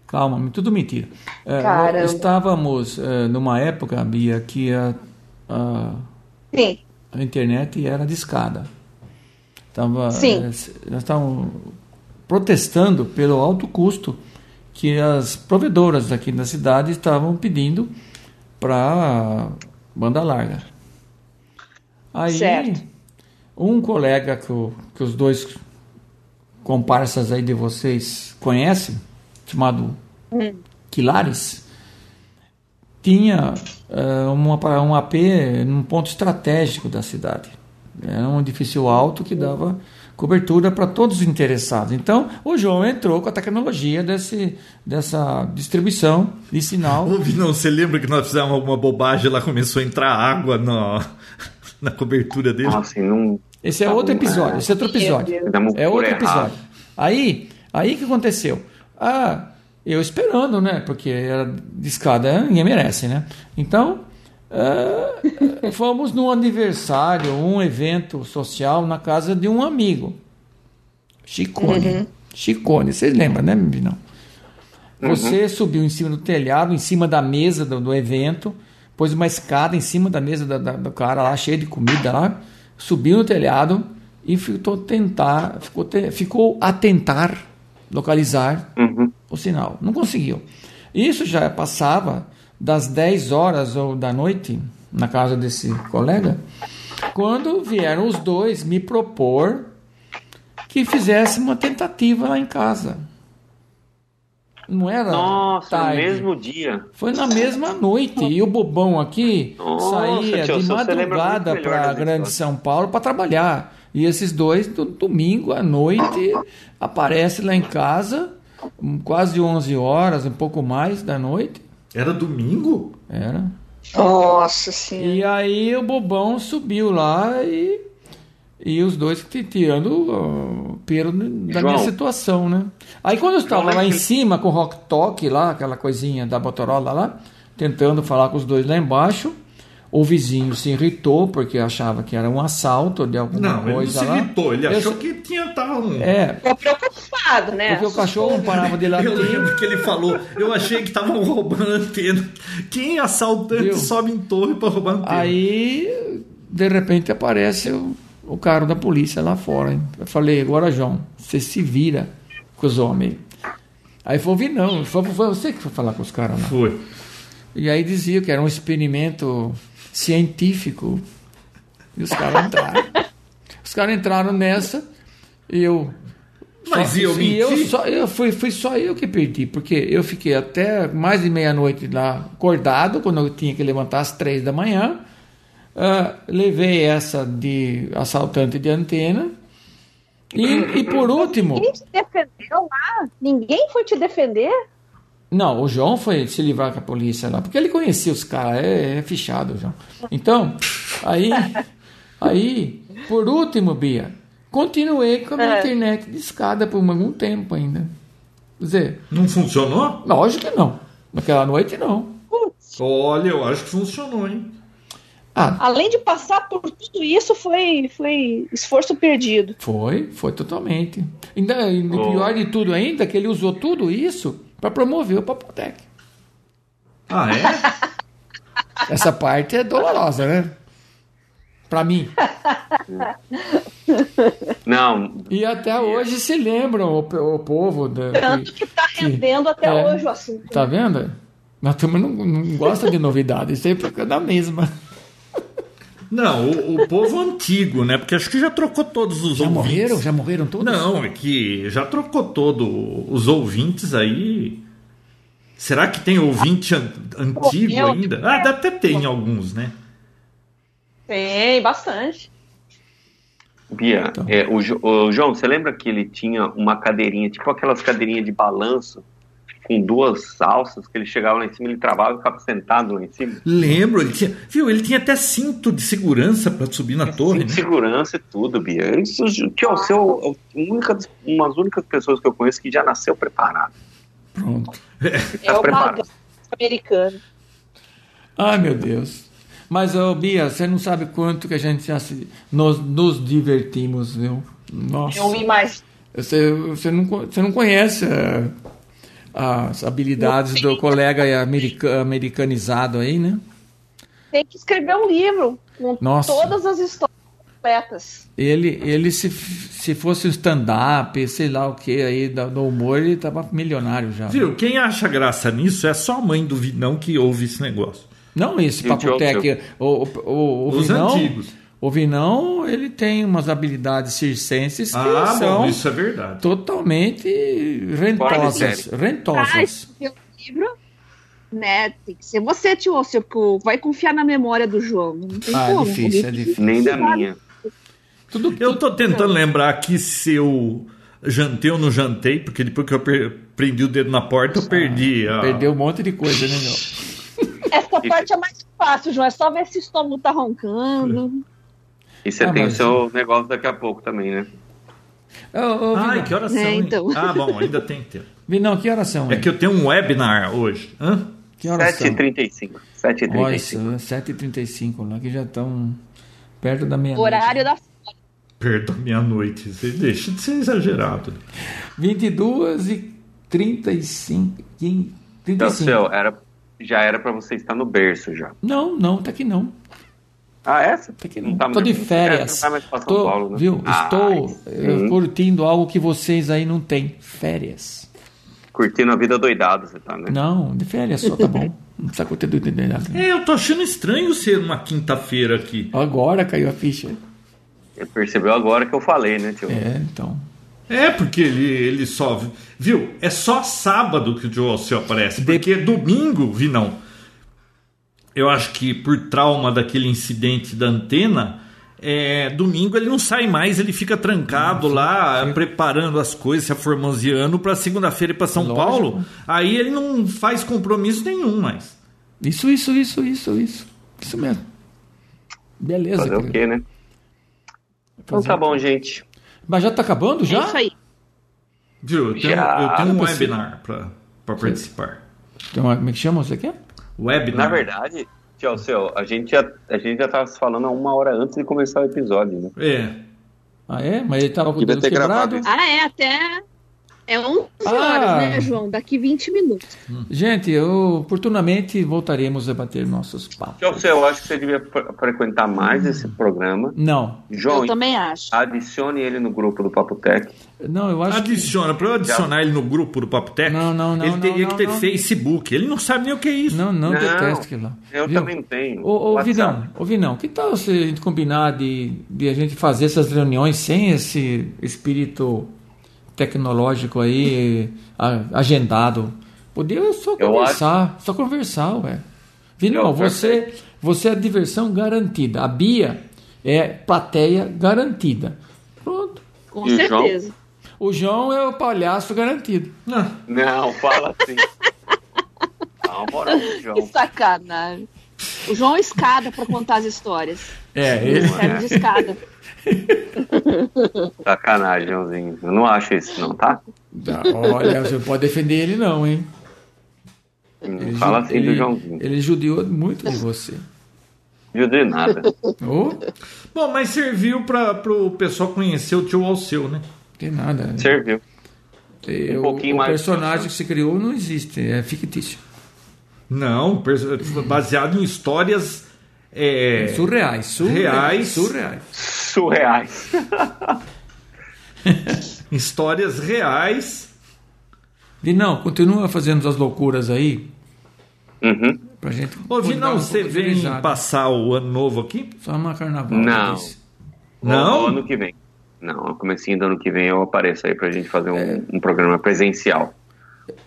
S2: Calma, tudo mentira. É,
S1: Caramba.
S2: estávamos é, numa época, Bia, que a, a,
S1: Sim.
S2: a internet era discada. Tava,
S1: Sim.
S2: é, s- nós estávamos protestando pelo alto custo que as provedoras aqui na cidade estavam pedindo para banda larga. Aí,
S1: Certo.
S2: um colega que, o- que os dois comparsas aí de vocês conhecem, chamado Quilares, tinha eh, uma, pa- um AP num ponto estratégico da cidade. Era um edifício alto que dava cobertura para todos os interessados. Então, o João entrou com a tecnologia desse, dessa distribuição de sinal.
S4: Ô, Vinão, você lembra que nós fizemos alguma bobagem lá, começou a entrar água na, na cobertura dele?
S3: Nossa, e assim, não.
S2: Esse é outro episódio, esse é outro episódio.
S3: Fizemos
S2: É outro
S3: por errado.
S2: episódio. Aí, aí que aconteceu? Ah, eu esperando, né? Porque era de escada, ninguém merece, né? Então, ah, fomos num aniversário, um evento social na casa de um amigo. Chicone. Chicone, vocês lembram, né, Binão? Você subiu em cima do telhado, em cima da mesa do, do evento, pôs uma escada em cima da mesa da- da- do cara lá, cheia de comida lá, subiu no telhado e ficou tentar, ficou, te- ficou a tentar localizar
S3: Uhum.
S2: o sinal. Não conseguiu. Isso já passava das 10 horas ou da noite, na casa desse colega, quando vieram os dois me propor que fizesse uma tentativa lá em casa. Não era
S3: Nossa,
S2: Ah, tarde.
S3: no mesmo dia.
S2: Foi na mesma noite. E o bobão aqui
S3: Nossa,
S2: saía
S3: tio,
S2: de
S3: você lembra muito
S2: madrugada
S3: melhor
S2: para
S3: das
S2: Grande
S3: histórias.
S2: São Paulo para trabalhar. E esses dois, do, domingo à noite, aparece lá em casa, hum, quase 11 horas, um pouco mais da noite.
S4: Era domingo?
S2: Era.
S1: Nossa senhora.
S2: E aí o bobão subiu lá e. E os dois t- tirando o pelo da
S5: João.
S2: minha situação, né? Aí quando eu estava
S5: João,
S2: lá em
S5: mas-
S2: cima com o Rock Talk lá, aquela coisinha da Motorola lá, tentando falar com os dois lá embaixo, o vizinho se irritou porque achava que era um assalto de alguma
S4: Não, ele não
S2: coisa
S4: se
S2: lá.
S4: irritou, ele
S2: Eu
S4: achou
S2: se-
S4: que tinha tava um.
S2: É,
S1: Ficou preocupado, né?
S2: porque o cachorro não parava de latir.
S4: Eu lembro que ele falou, eu achei que estavam roubando a antena. Quem é assaltante
S2: Viu?
S4: sobe em torre pra roubar a antena?
S2: Aí, de repente, aparece o, o cara da polícia lá fora. hein? Eu falei, agora, João, você se vira com os homens. Aí falou, vi não, foi, foi você que foi falar com os caras lá.
S4: Foi.
S2: E aí dizia que era um experimento científico. E os caras entraram. os caras entraram nessa e eu.
S4: Mas
S2: só,
S4: e eu
S2: e eu
S4: menti?
S2: só eu fui, fui só eu que perdi, porque eu fiquei até mais de meia-noite lá acordado, quando eu tinha que levantar às três da manhã. Ah, levei essa de assaltante de antena. E, e por último.
S1: Ninguém te defendeu lá? Ninguém foi te defender?
S2: Não, o João foi se livrar com a polícia lá, porque ele conhecia os caras, é, é fichado o João. Então, aí, aí, por último, Bia, continuei com a minha
S1: É.
S2: internet de escada por algum tempo ainda. Quer dizer,
S4: Não funcionou?
S2: lógico que não. Naquela noite não.
S1: Putz,
S4: Olha, eu acho que funcionou, hein?
S2: Ah,
S1: além de passar por tudo isso, foi, foi esforço perdido.
S2: foi, foi totalmente. Ainda, e o
S5: Oh.
S2: pior de tudo ainda, que ele usou tudo isso para promover o Papotec.
S4: Ah, é?
S2: Essa parte é dolorosa, né? Pra mim.
S5: Não,
S2: E até hoje se lembram o, pe- o povo da,
S1: Tanto
S2: que-
S1: que tá rendendo até
S2: é.
S1: hoje o assunto.
S2: Tá vendo? Nós também não, não gosta de novidade, sempre é da mesma.
S4: Não, o, o povo antigo, né? Porque acho que já trocou todos os
S2: Já
S4: ouvintes.
S2: morreram? Já morreram todos?
S4: Não, é que já trocou todo os ouvintes aí. Será que tem ouvinte an- antigo
S1: Morreu.
S4: ainda? Ah, deve até tem alguns, né?
S1: Tem, bastante.
S5: Bia,
S2: Então.
S5: é, o, Jo- o João, você lembra que ele tinha uma cadeirinha, tipo aquelas cadeirinhas de balanço, com duas alças, que ele chegava lá em cima, ele travava e ficava sentado lá em cima?
S4: Lembro, ele tinha, viu, ele tinha até cinto de segurança pra subir na torre,
S5: De
S4: né?
S5: segurança e tudo, Bia. Isso, que é o seu, é única, uma das únicas pessoas que eu conheço que já nasceu preparado.
S2: Pronto.
S1: É o
S5: preparado.
S1: padrão americano.
S2: Ai, meu Deus. Mas, ô, Bia, você não sabe quanto que a gente já se, nós nos divertimos, viu? Nossa.
S1: Eu imagino.
S2: Você, você, não, co- você não conhece é, as habilidades do colega america- americanizado aí, né?
S1: Tem que escrever um livro com
S2: Nossa.
S1: todas as histórias completas.
S2: Ele, ele se, se fosse um stand-up, sei lá o que aí da- do humor, ele tava milionário já.
S4: Viu, quem acha graça nisso é só a mãe do Vinão que ouve esse negócio.
S2: Não esse
S5: E o Diogo,
S2: papotec. O, o, o, o
S4: Os
S2: Vinão,
S4: antigos.
S2: o Vinão, ele tem umas habilidades circenses que
S4: Ah,
S2: são
S4: bom, isso é verdade.
S2: totalmente rentosas. Rentosas.
S1: Meu um livro, né? Tem que ser você, tio, seu, porque vai confiar na memória do João. Não tem
S2: Ah, é
S1: como.
S2: difícil, é difícil.
S5: Nem da minha.
S2: Tudo,
S4: Eu tô tentando lembrar aqui se eu jantei ou não jantei, porque depois que eu per- prendi o dedo na porta, eu perdi. a-
S2: Perdeu um monte de coisa, né, meu?
S1: Essa parte é mais fácil, João. É só ver se o estômago tá roncando.
S5: E você
S2: Ah,
S5: tem
S2: mas-
S5: o seu negócio daqui a pouco também, né?
S2: Ô, ô, Vinão,
S4: Ai, que oração.
S1: É, então.
S4: Ah, bom, ainda tem tempo.
S2: Vinão, que horas são?
S4: É
S2: hein?
S4: que eu tenho um webinar hoje. Hã?
S2: Que horas são?
S5: 7h35. 7h35.
S2: Olha, 7h35, lá né, que já estão perto da meia-noite.
S1: Horário da
S4: Perdão, meia-noite. Você Deixa de ser exagerado.
S2: Hum. 22 e 35. quin-
S5: Então,
S2: 35.
S5: seu, era, já era pra você estar no berço já.
S2: Não, não, tá que não.
S5: Ah, essa?
S2: Tá que
S5: Não
S2: não.
S5: tá
S2: Tô de
S5: muito-
S2: férias.
S5: É, não vai mais pra São
S2: Tô-
S5: Paulo, né?
S2: Viu?
S5: Ah,
S2: Estou
S5: sim.
S2: eh, curtindo algo que vocês aí não têm. Férias.
S5: Curtindo a vida doidada, você tá, né?
S2: Não, de férias só, tá bom. Não precisa curtir do de nada.
S4: É, eu tô achando estranho ser uma quinta-feira aqui.
S2: Agora caiu a ficha.
S5: Você percebeu agora que eu falei, né, tio?
S2: É, então.
S4: É, porque ele, ele só. Viu? É só sábado que o Joe Alceu aparece. Porque domingo, vi não. Eu acho que por trauma daquele incidente da antena, é, domingo ele não sai mais, ele fica trancado lá, preparando as coisas, se aformanziando para segunda-feira e para São
S2: Lógico.
S4: Paulo. Aí ele não faz compromisso nenhum mais.
S2: Isso, isso, isso, isso, isso. Isso mesmo. Beleza.
S5: é,
S3: Fazer querido. o quê, né? Então tá bom, gente.
S2: Mas já tá acabando já?
S1: É isso aí.
S4: Viu, eu tenho,
S3: Já. é
S4: eu tenho um
S2: Ah, você-
S4: webinar pra, pra participar.
S2: Tem uma- como é que chama você aqui?
S4: Webinar.
S3: Na verdade, tio seu, a gente já, a gente já tava se falando há uma hora antes de começar o episódio, né?
S4: É.
S2: Ah, é? Mas ele tava com o
S6: Devia
S2: dedo
S6: ter gravado
S2: quebrado.
S6: isso.
S1: Ah, é, até. É 11
S2: Ah.
S1: horas, né, João? Daqui 20 minutos.
S2: Gente, eu, oportunamente voltaremos a bater nossos papos.
S3: Tio seu, eu acho que você devia fre- frequentar mais esse
S2: Uhum.
S3: programa.
S2: Não,
S3: João, ah,
S1: Eu também acho.
S3: adicione ele no grupo do Papo Tech.
S2: não, eu
S4: Tá
S2: acho que...
S4: Adiciona, pra eu adicionar ele no grupo do Papo Tech,
S2: Não, não, não,
S4: ele
S2: não,
S4: teria
S2: não,
S4: que ter
S2: não.
S4: Facebook. Ele não sabe nem o que é isso.
S2: Não, não,
S3: Não,
S2: detesto aquilo lá.
S3: Eu
S2: Viu?
S3: também tenho.
S2: Ô, ô
S3: WhatsApp.
S2: Vidão, ô Vinão, que tal se a gente combinar de, de a gente fazer essas reuniões sem esse espírito tecnológico aí a- agendado? Podia só
S3: Eu
S2: conversar, só conversar, ué. Vinão,
S3: Eu-
S2: você, você é diversão garantida. A Bia é plateia garantida. Pronto.
S1: Com
S3: E João?
S1: certeza.
S2: O João é o palhaço garantido.
S4: Não.
S3: Não, fala assim. Dá uma moral pro
S1: Que
S3: João.
S1: sacanagem. O João escada pra contar as histórias.
S2: É,
S1: Ele
S2: ele,
S1: serve de escada.
S3: Sacanagem, Joãozinho. Eu não acho isso, não, tá?
S2: olha, você não pode defender ele não, hein?
S3: Não
S2: Ele
S3: fala
S2: ju-
S3: assim do
S2: ele,
S3: Joãozinho.
S2: Ele judiou muito de você.
S3: Viu de nada.
S2: Ô,
S4: Bom, mas serviu para o pessoal conhecer o tio Alceu, né?
S2: tem nada.
S3: Serviu.
S2: Tem-
S3: um
S2: o-
S3: pouquinho
S2: o
S3: mais-
S2: personagem que se criou não existe, é fictício.
S4: Não, perso- baseado em histórias. É,
S2: Surreais, surreais,
S4: Reais.
S2: surreais.
S3: Surreais.
S4: histórias reais.
S2: E não, continua fazendo as loucuras aí
S3: Uhum.
S2: pra gente.
S4: Ô, Vinão,
S2: dar um
S4: você
S2: pouco de
S4: vem
S2: risada.
S4: passar o ano novo aqui?
S2: Só uma carnaval.
S3: Não.
S2: mas-
S3: No
S4: Não?
S3: ano que vem. Não, no comecinho do ano que vem eu apareço aí pra gente fazer um, um programa presencial.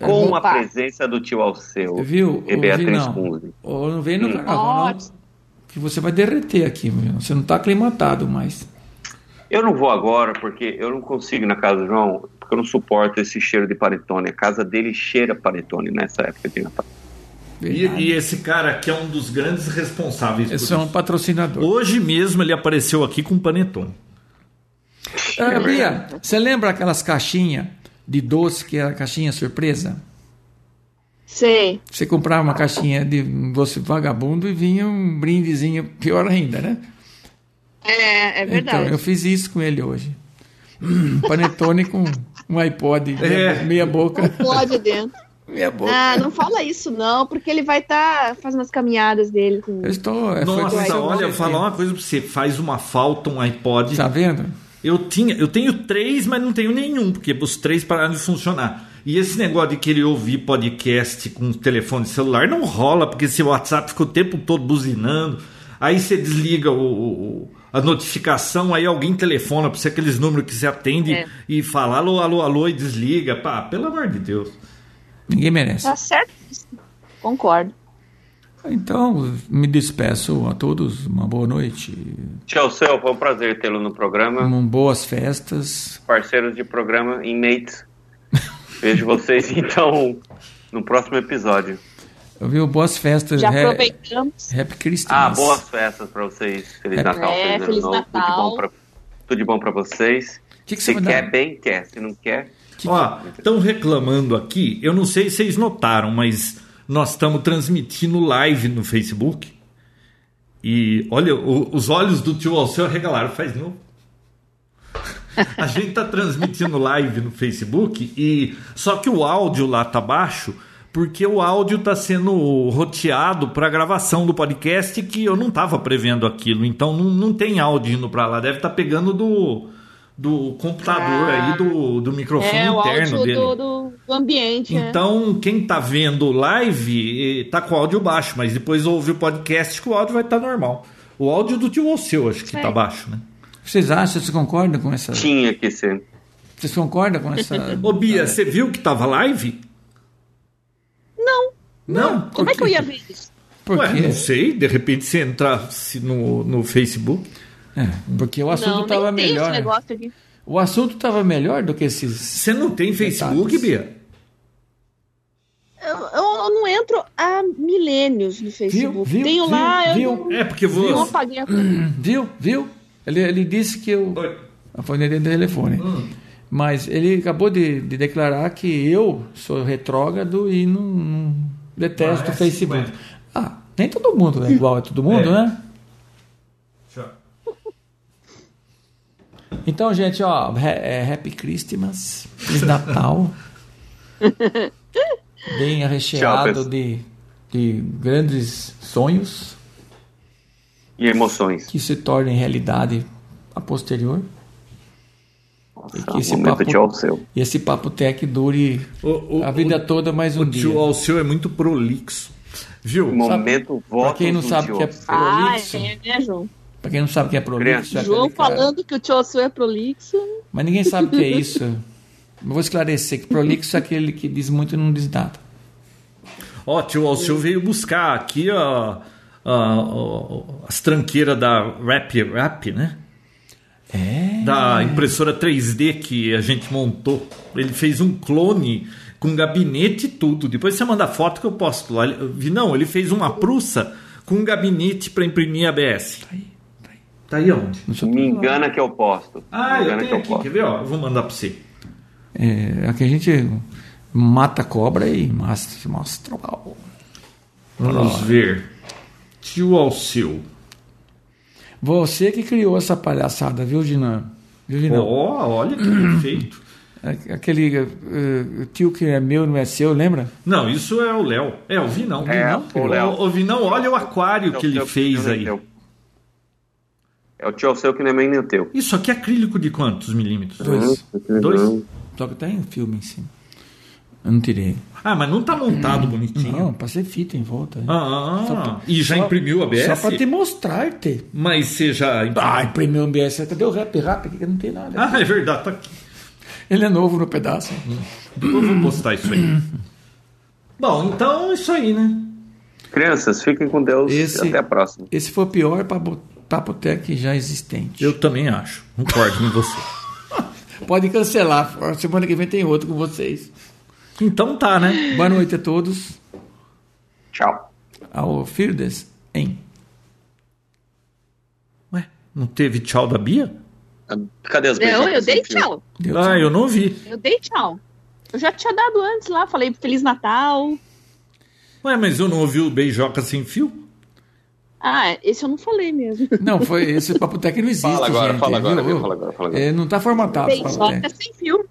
S3: Com
S1: Opa.
S3: a presença do tio Alceu
S2: Viu?
S3: e
S2: Ô,
S3: Beatriz
S2: Vinão,
S3: Kunze. Hum.
S2: Ô, não vem no carnaval, não,
S1: Ótimo.
S2: que você vai derreter aqui, meu. Você não tá aclimatado mais.
S3: Eu não vou agora porque eu não consigo ir na casa do João, porque eu não suporto esse cheiro de paretone. A casa dele cheira paretone nessa época de Natal.
S4: E,
S2: Verdade.
S4: e esse cara aqui é um dos grandes responsáveis por
S2: Esse é um
S4: isso.
S2: patrocinador.
S4: Hoje mesmo ele apareceu aqui com um panetone.
S2: Ah,
S3: É
S2: Bia, você lembra aquelas caixinhas de doce que era caixinha surpresa?
S1: Sei.
S2: Você comprava uma caixinha de um doce vagabundo e vinha um brindezinho pior ainda, né?
S1: É, é verdade.
S2: Então, eu fiz isso com ele hoje. Hum, Panetone com um iPod, meia,
S4: É.
S2: meia boca.
S1: Explode dentro.
S2: Meia boca.
S1: Ah, não fala isso não, porque ele vai estar fazendo as caminhadas dele. Com...
S2: Eu estou. é, foi coisa
S4: Nossa,
S2: que eu
S4: olha,
S2: fiz.
S4: falar uma coisa pra você, faz uma falta um iPod.
S2: Tá vendo?
S4: Eu, tinha, eu tenho três, mas não tenho nenhum, porque os três pararam de funcionar. E esse negócio de querer ouvir podcast com telefone celular não rola, porque seu WhatsApp fica o tempo todo buzinando. Aí você desliga o- o- o- a notificação, aí alguém telefona pra você aqueles números que você atende
S1: É.
S4: e fala alô, alô, alô e desliga. Pá, pelo amor de Deus.
S2: Ninguém merece.
S1: Tá certo. Concordo.
S2: Então, me despeço a todos. Uma boa noite.
S3: Tio Alceu, foi um prazer tê-lo no programa.
S2: Um, boas festas.
S3: Parceiros de programa, inmates. Vejo vocês então no próximo episódio.
S2: Viu? Boas festas.
S1: Já
S2: Re-
S1: aproveitamos.
S2: Happy Christmas.
S3: Ah, boas festas pra vocês. Feliz
S2: É.
S3: Natal,
S1: É,
S3: feliz ano
S1: Feliz
S3: novo. Tudo de
S1: Natal.
S3: bom pra, tudo de bom pra vocês.
S2: O que, que você
S3: Se
S2: vai
S3: quer,
S2: dar?
S3: bem quer. Se não quer,
S4: Ó, estão reclamando aqui, eu não sei se vocês notaram, mas nós estamos transmitindo live no Facebook. E olha, o- os olhos do tio Alceu arregalaram, faz novo. A gente tá transmitindo live no Facebook e só que o áudio lá tá baixo porque o áudio tá sendo roteado para gravação do podcast que eu não tava prevendo aquilo, então não, não tem áudio indo para lá, deve estar pegando do do computador
S1: Ah.
S4: aí do, do microfone
S1: É, o áudio
S4: interno dele.
S1: do, do, do ambiente, né?
S4: Então, quem tá vendo live eh, tá com o áudio baixo, mas depois ouve o podcast que o áudio vai estar normal. O áudio do tio Alceu acho que
S1: É.
S4: tá baixo, né?
S2: Vocês acham? Vocês concordam com essa?
S3: tinha que ser.
S2: Vocês concordam com essa?
S4: Ô Bia, você viu que tava live?
S1: Não,
S4: Não.
S1: como é que eu ia ver isso?
S2: Porque,
S4: Ué, não sei, de repente você entrasse no, no Facebook.
S2: é, porque o assunto
S1: não,
S2: estava
S1: nem tem
S2: melhor. né?
S1: esse negócio aqui.
S2: O assunto estava melhor do que esses.
S4: Você não tem Facebook, Bia?
S1: Eu, eu- eu não entro há milênios no Facebook.
S2: Viu? Viu?
S1: Tenho
S2: Viu?
S1: lá,
S2: Viu? Hum.
S1: eu não,
S4: É porque você.
S1: não apaguei a conta.
S2: Viu? Viu? Ele, ele disse que eu.
S4: Oi. Hum.
S2: Ah, Foi dentro do telefone. Mas ele acabou de, de declarar que eu sou retrógrado e não, não detesto
S4: Ah, é
S2: o Facebook.
S4: assim, ué.
S2: Ah, nem todo mundo é igual a todo mundo,
S4: É.
S2: né?
S4: Tchau.
S2: Então, gente, ó, é, é Happy Christmas, Feliz Natal. Bem recheado
S5: pessoal.
S2: de, de grandes sonhos
S5: E emoções.
S2: que se tornem realidade a posterior.
S5: Nossa,
S2: que esse
S5: momento
S2: papo-
S5: de ao seu.
S2: E esse papo tech dure
S4: O- o-
S2: a vida
S4: o-
S2: toda mais um
S4: O
S2: dia.
S4: tio Alceu é muito prolixo. Viu?
S5: Momento voto
S2: Pra quem não
S5: do
S2: sabe
S5: tio
S2: o que é
S5: Alceu.
S1: Ah,
S2: prolixo,
S1: é, né, João?
S2: pra quem não sabe o que é prolixo, é
S1: João
S2: aquele cara-
S1: falando que o Tiosu é prolixo.
S2: Mas ninguém sabe o que é isso. Eu vou esclarecer que prolixo é aquele que diz muito e não diz nada.
S4: Ó, tio Alceu veio buscar aqui ó, ó, ó, as tranqueiras da Rap Rap, né?
S2: É.
S4: Da impressora 3D que a gente montou. Ele fez um clone com gabinete e tudo. Depois você manda foto que eu posto lá. Ele- eu vi- Não, ele fez uma prussa com um gabinete para imprimir ABS.
S2: Tá aí, tá aí.
S4: Tá aí onde?
S2: Não sou
S5: Me engana que eu posto. Me
S4: Ah, eu
S5: engana
S4: tenho aqui, quer ver? Ó, eu vou mandar para você.
S2: É, aqui a gente mata a cobra e mostra, mostra o pau.
S4: Vamos ver. Tio Alceu.
S2: Você que criou essa palhaçada, viu, Dinan? Viu, Dinan?
S4: Ó, olha que perfeito.
S2: A- Aquele eh, eh, tio que é meu, não é seu, lembra?
S4: Não, isso é o Léo. É, o Vinão.
S5: É,
S4: Vinão,
S5: o Léo.
S4: Ô, Vinão, olha o aquário
S5: É o
S4: que ele
S5: teu-
S4: fez
S5: teu-
S4: aí.
S5: teu. É o tio seu que não é nem o teu.
S4: Isso aqui é acrílico de quantos milímetros?
S2: Dois.
S4: Dois?
S2: Uhum. Só que tem um filme em cima. Eu não tirei.
S4: Ah, mas não tá montado bonitinho.
S2: Não, passei fita em volta.
S4: Ah,
S2: Só pra-
S4: e já
S2: só-
S4: imprimiu a ABS?
S2: Só pra te mostrar, te.
S4: Mas você já imprimiu?
S2: Ah, imprimiu um BS. Cadê o rap rap aqui que não tem nada?
S4: Ah, é verdade, tá aqui.
S2: Ele é novo no pedaço.
S4: Depois eu vou postar isso aí. Bom, então é isso aí, né?
S5: Crianças, fiquem com Deus.
S2: Esse-
S5: Até a próxima.
S2: Esse foi o pior papo- papotec já existente.
S4: Eu também acho. Concordo com você.
S2: Pode cancelar. Semana que vem tem outro com vocês.
S4: Então tá, né?
S2: Boa noite a todos.
S5: Tchau.
S2: Ao Firdes em.
S4: Ué, não teve tchau da Bia?
S5: Cadê as
S1: Não, eu
S5: beijocas?
S1: dei tchau.
S2: Deus.
S4: ah, eu não vi.
S1: Eu dei tchau. Eu já tinha dado antes lá, falei Feliz Natal.
S4: Ué, mas eu não ouvi o Beijoca Sem Fio?
S1: Ah, esse eu não falei mesmo.
S2: Não, foi esse papotec não existe.
S5: Fala agora,
S2: gente,
S5: fala agora,
S2: viu?
S5: viu? Fala agora, fala agora.
S2: É, não tá formatado. esse
S1: Beijoca
S2: papotec.
S1: é sem fio.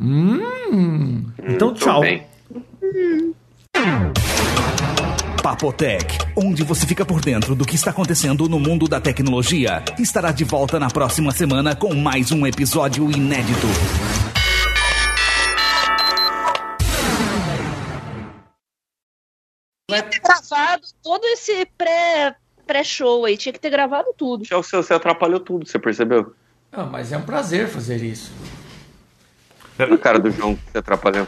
S2: Hum.
S4: Então
S5: Tô
S4: tchau.
S5: bem.
S7: Papotec, onde você fica por dentro do que está acontecendo no mundo da tecnologia, estará de volta na próxima semana com mais um episódio inédito.
S1: Tinha que ter gravado todo esse pré- pré-show aí, tinha que ter gravado tudo.
S5: Tchau, seu, você atrapalhou tudo, você percebeu?
S2: Ah, mas é um prazer fazer isso.
S5: Olha a cara do João que se atrapalhou.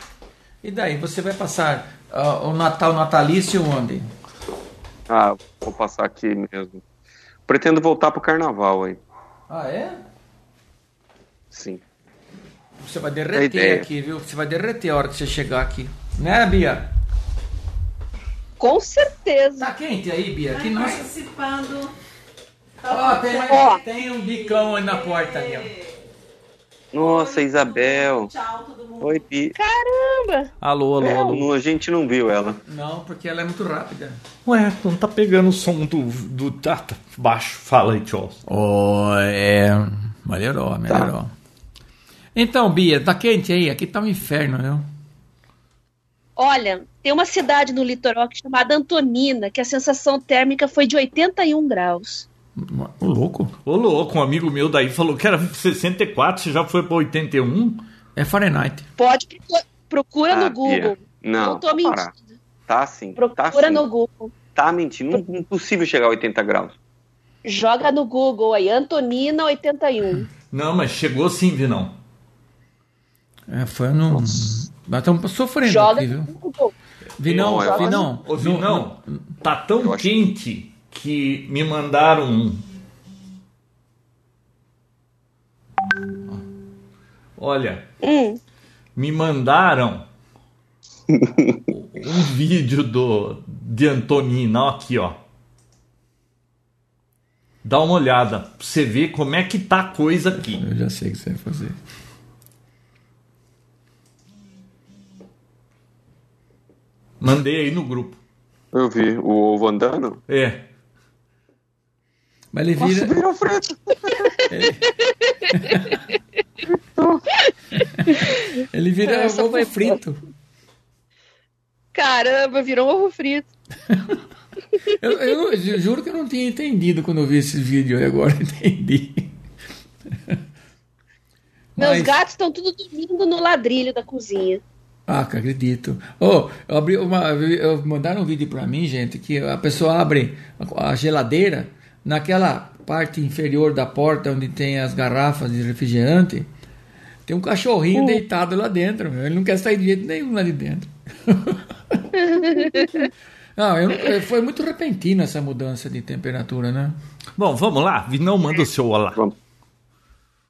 S2: E daí, você vai passar ah, o Natal natalício onde?
S5: Ah, vou passar aqui mesmo. Pretendo voltar pro carnaval aí.
S2: Ah, é?
S5: Sim.
S2: Você vai
S5: É
S2: derreter
S5: ideia.
S2: aqui, viu? Você vai derreter a hora que você chegar aqui. Né, Bia?
S1: Com certeza.
S2: Tá quente aí, Bia? Que nossa.
S8: participando.
S2: Ó, tem,
S1: Ó.
S2: tem um bicão aí na porta ali, ó.
S5: Nossa, Isabel.
S8: Tchau, todo mundo.
S5: Oi, Pi.
S1: Caramba!
S4: Alô, alô,
S5: É,
S4: alô.
S5: não, a gente não viu ela.
S2: Não, porque ela é muito rápida.
S4: Ué, não tá pegando o som do. do tá, tá baixo. Fala aí, tchau.
S2: Oh, é.
S1: Tá.
S2: Melhorou, melhorou. Então, Bia, tá quente aí? Aqui tá um inferno, viu?
S1: Olha, tem uma cidade no litoral que é chamada Antonina, que a sensação térmica foi de 81 graus.
S2: O louco.
S4: Ô, louco, um amigo meu daí falou que era 64, você já foi pra 81?
S2: É Fahrenheit.
S1: Pode procu- procura
S5: Ah,
S1: no Google.
S5: Bia. Não,
S1: Não tô
S5: vou parar.
S1: mentindo.
S5: Tá sim. Tá
S1: Procura
S5: sim.
S1: no Google.
S5: Tá mentindo. Não- Impossível chegar a 80 graus.
S1: Joga no Google aí, Antonina 81.
S4: Não, mas chegou sim, Vinão.
S2: É, foi um- no. Nós estamos sofrendo
S1: Joga
S2: aqui,
S1: no
S2: viu?
S1: Google.
S2: Vinão,
S5: Não, é-
S2: Vinão.
S4: Ô,
S2: no-
S4: Vinão, tá tão quente que me mandaram. um. Olha,
S1: Hum,
S4: me mandaram um vídeo do de Antonino aqui, ó. Dá uma olhada, pra você ver como é que tá a coisa aqui.
S2: Eu já sei o que você vai fazer.
S4: Mandei aí no grupo.
S3: Eu vi o ovo andando.
S4: É.
S2: Mas ele vira.
S3: Nossa, virou frente.
S2: Ele vira
S1: Essa
S2: ovo
S1: foi
S2: frito.
S1: Caramba, virou um ovo frito.
S2: Eu, eu ju- juro que eu não tinha entendido quando eu vi esse vídeo e agora eu entendi.
S1: Meus
S2: Mas-
S1: gatos estão tudo dormindo no ladrilho da cozinha.
S2: Ah, que acredito. Oh, eu abri uma, eu mandaram um vídeo pra mim, gente, que a pessoa abre a a geladeira naquela parte inferior da porta onde tem as garrafas de refrigerante. Tem um cachorrinho deitado lá dentro. meu. Ele não quer sair de jeito nenhum lá de dentro. não, eu- eu- foi muito repentina essa mudança de temperatura, né?
S4: Bom, vamos lá. Vinão, manda o seu olá.
S3: Vamos.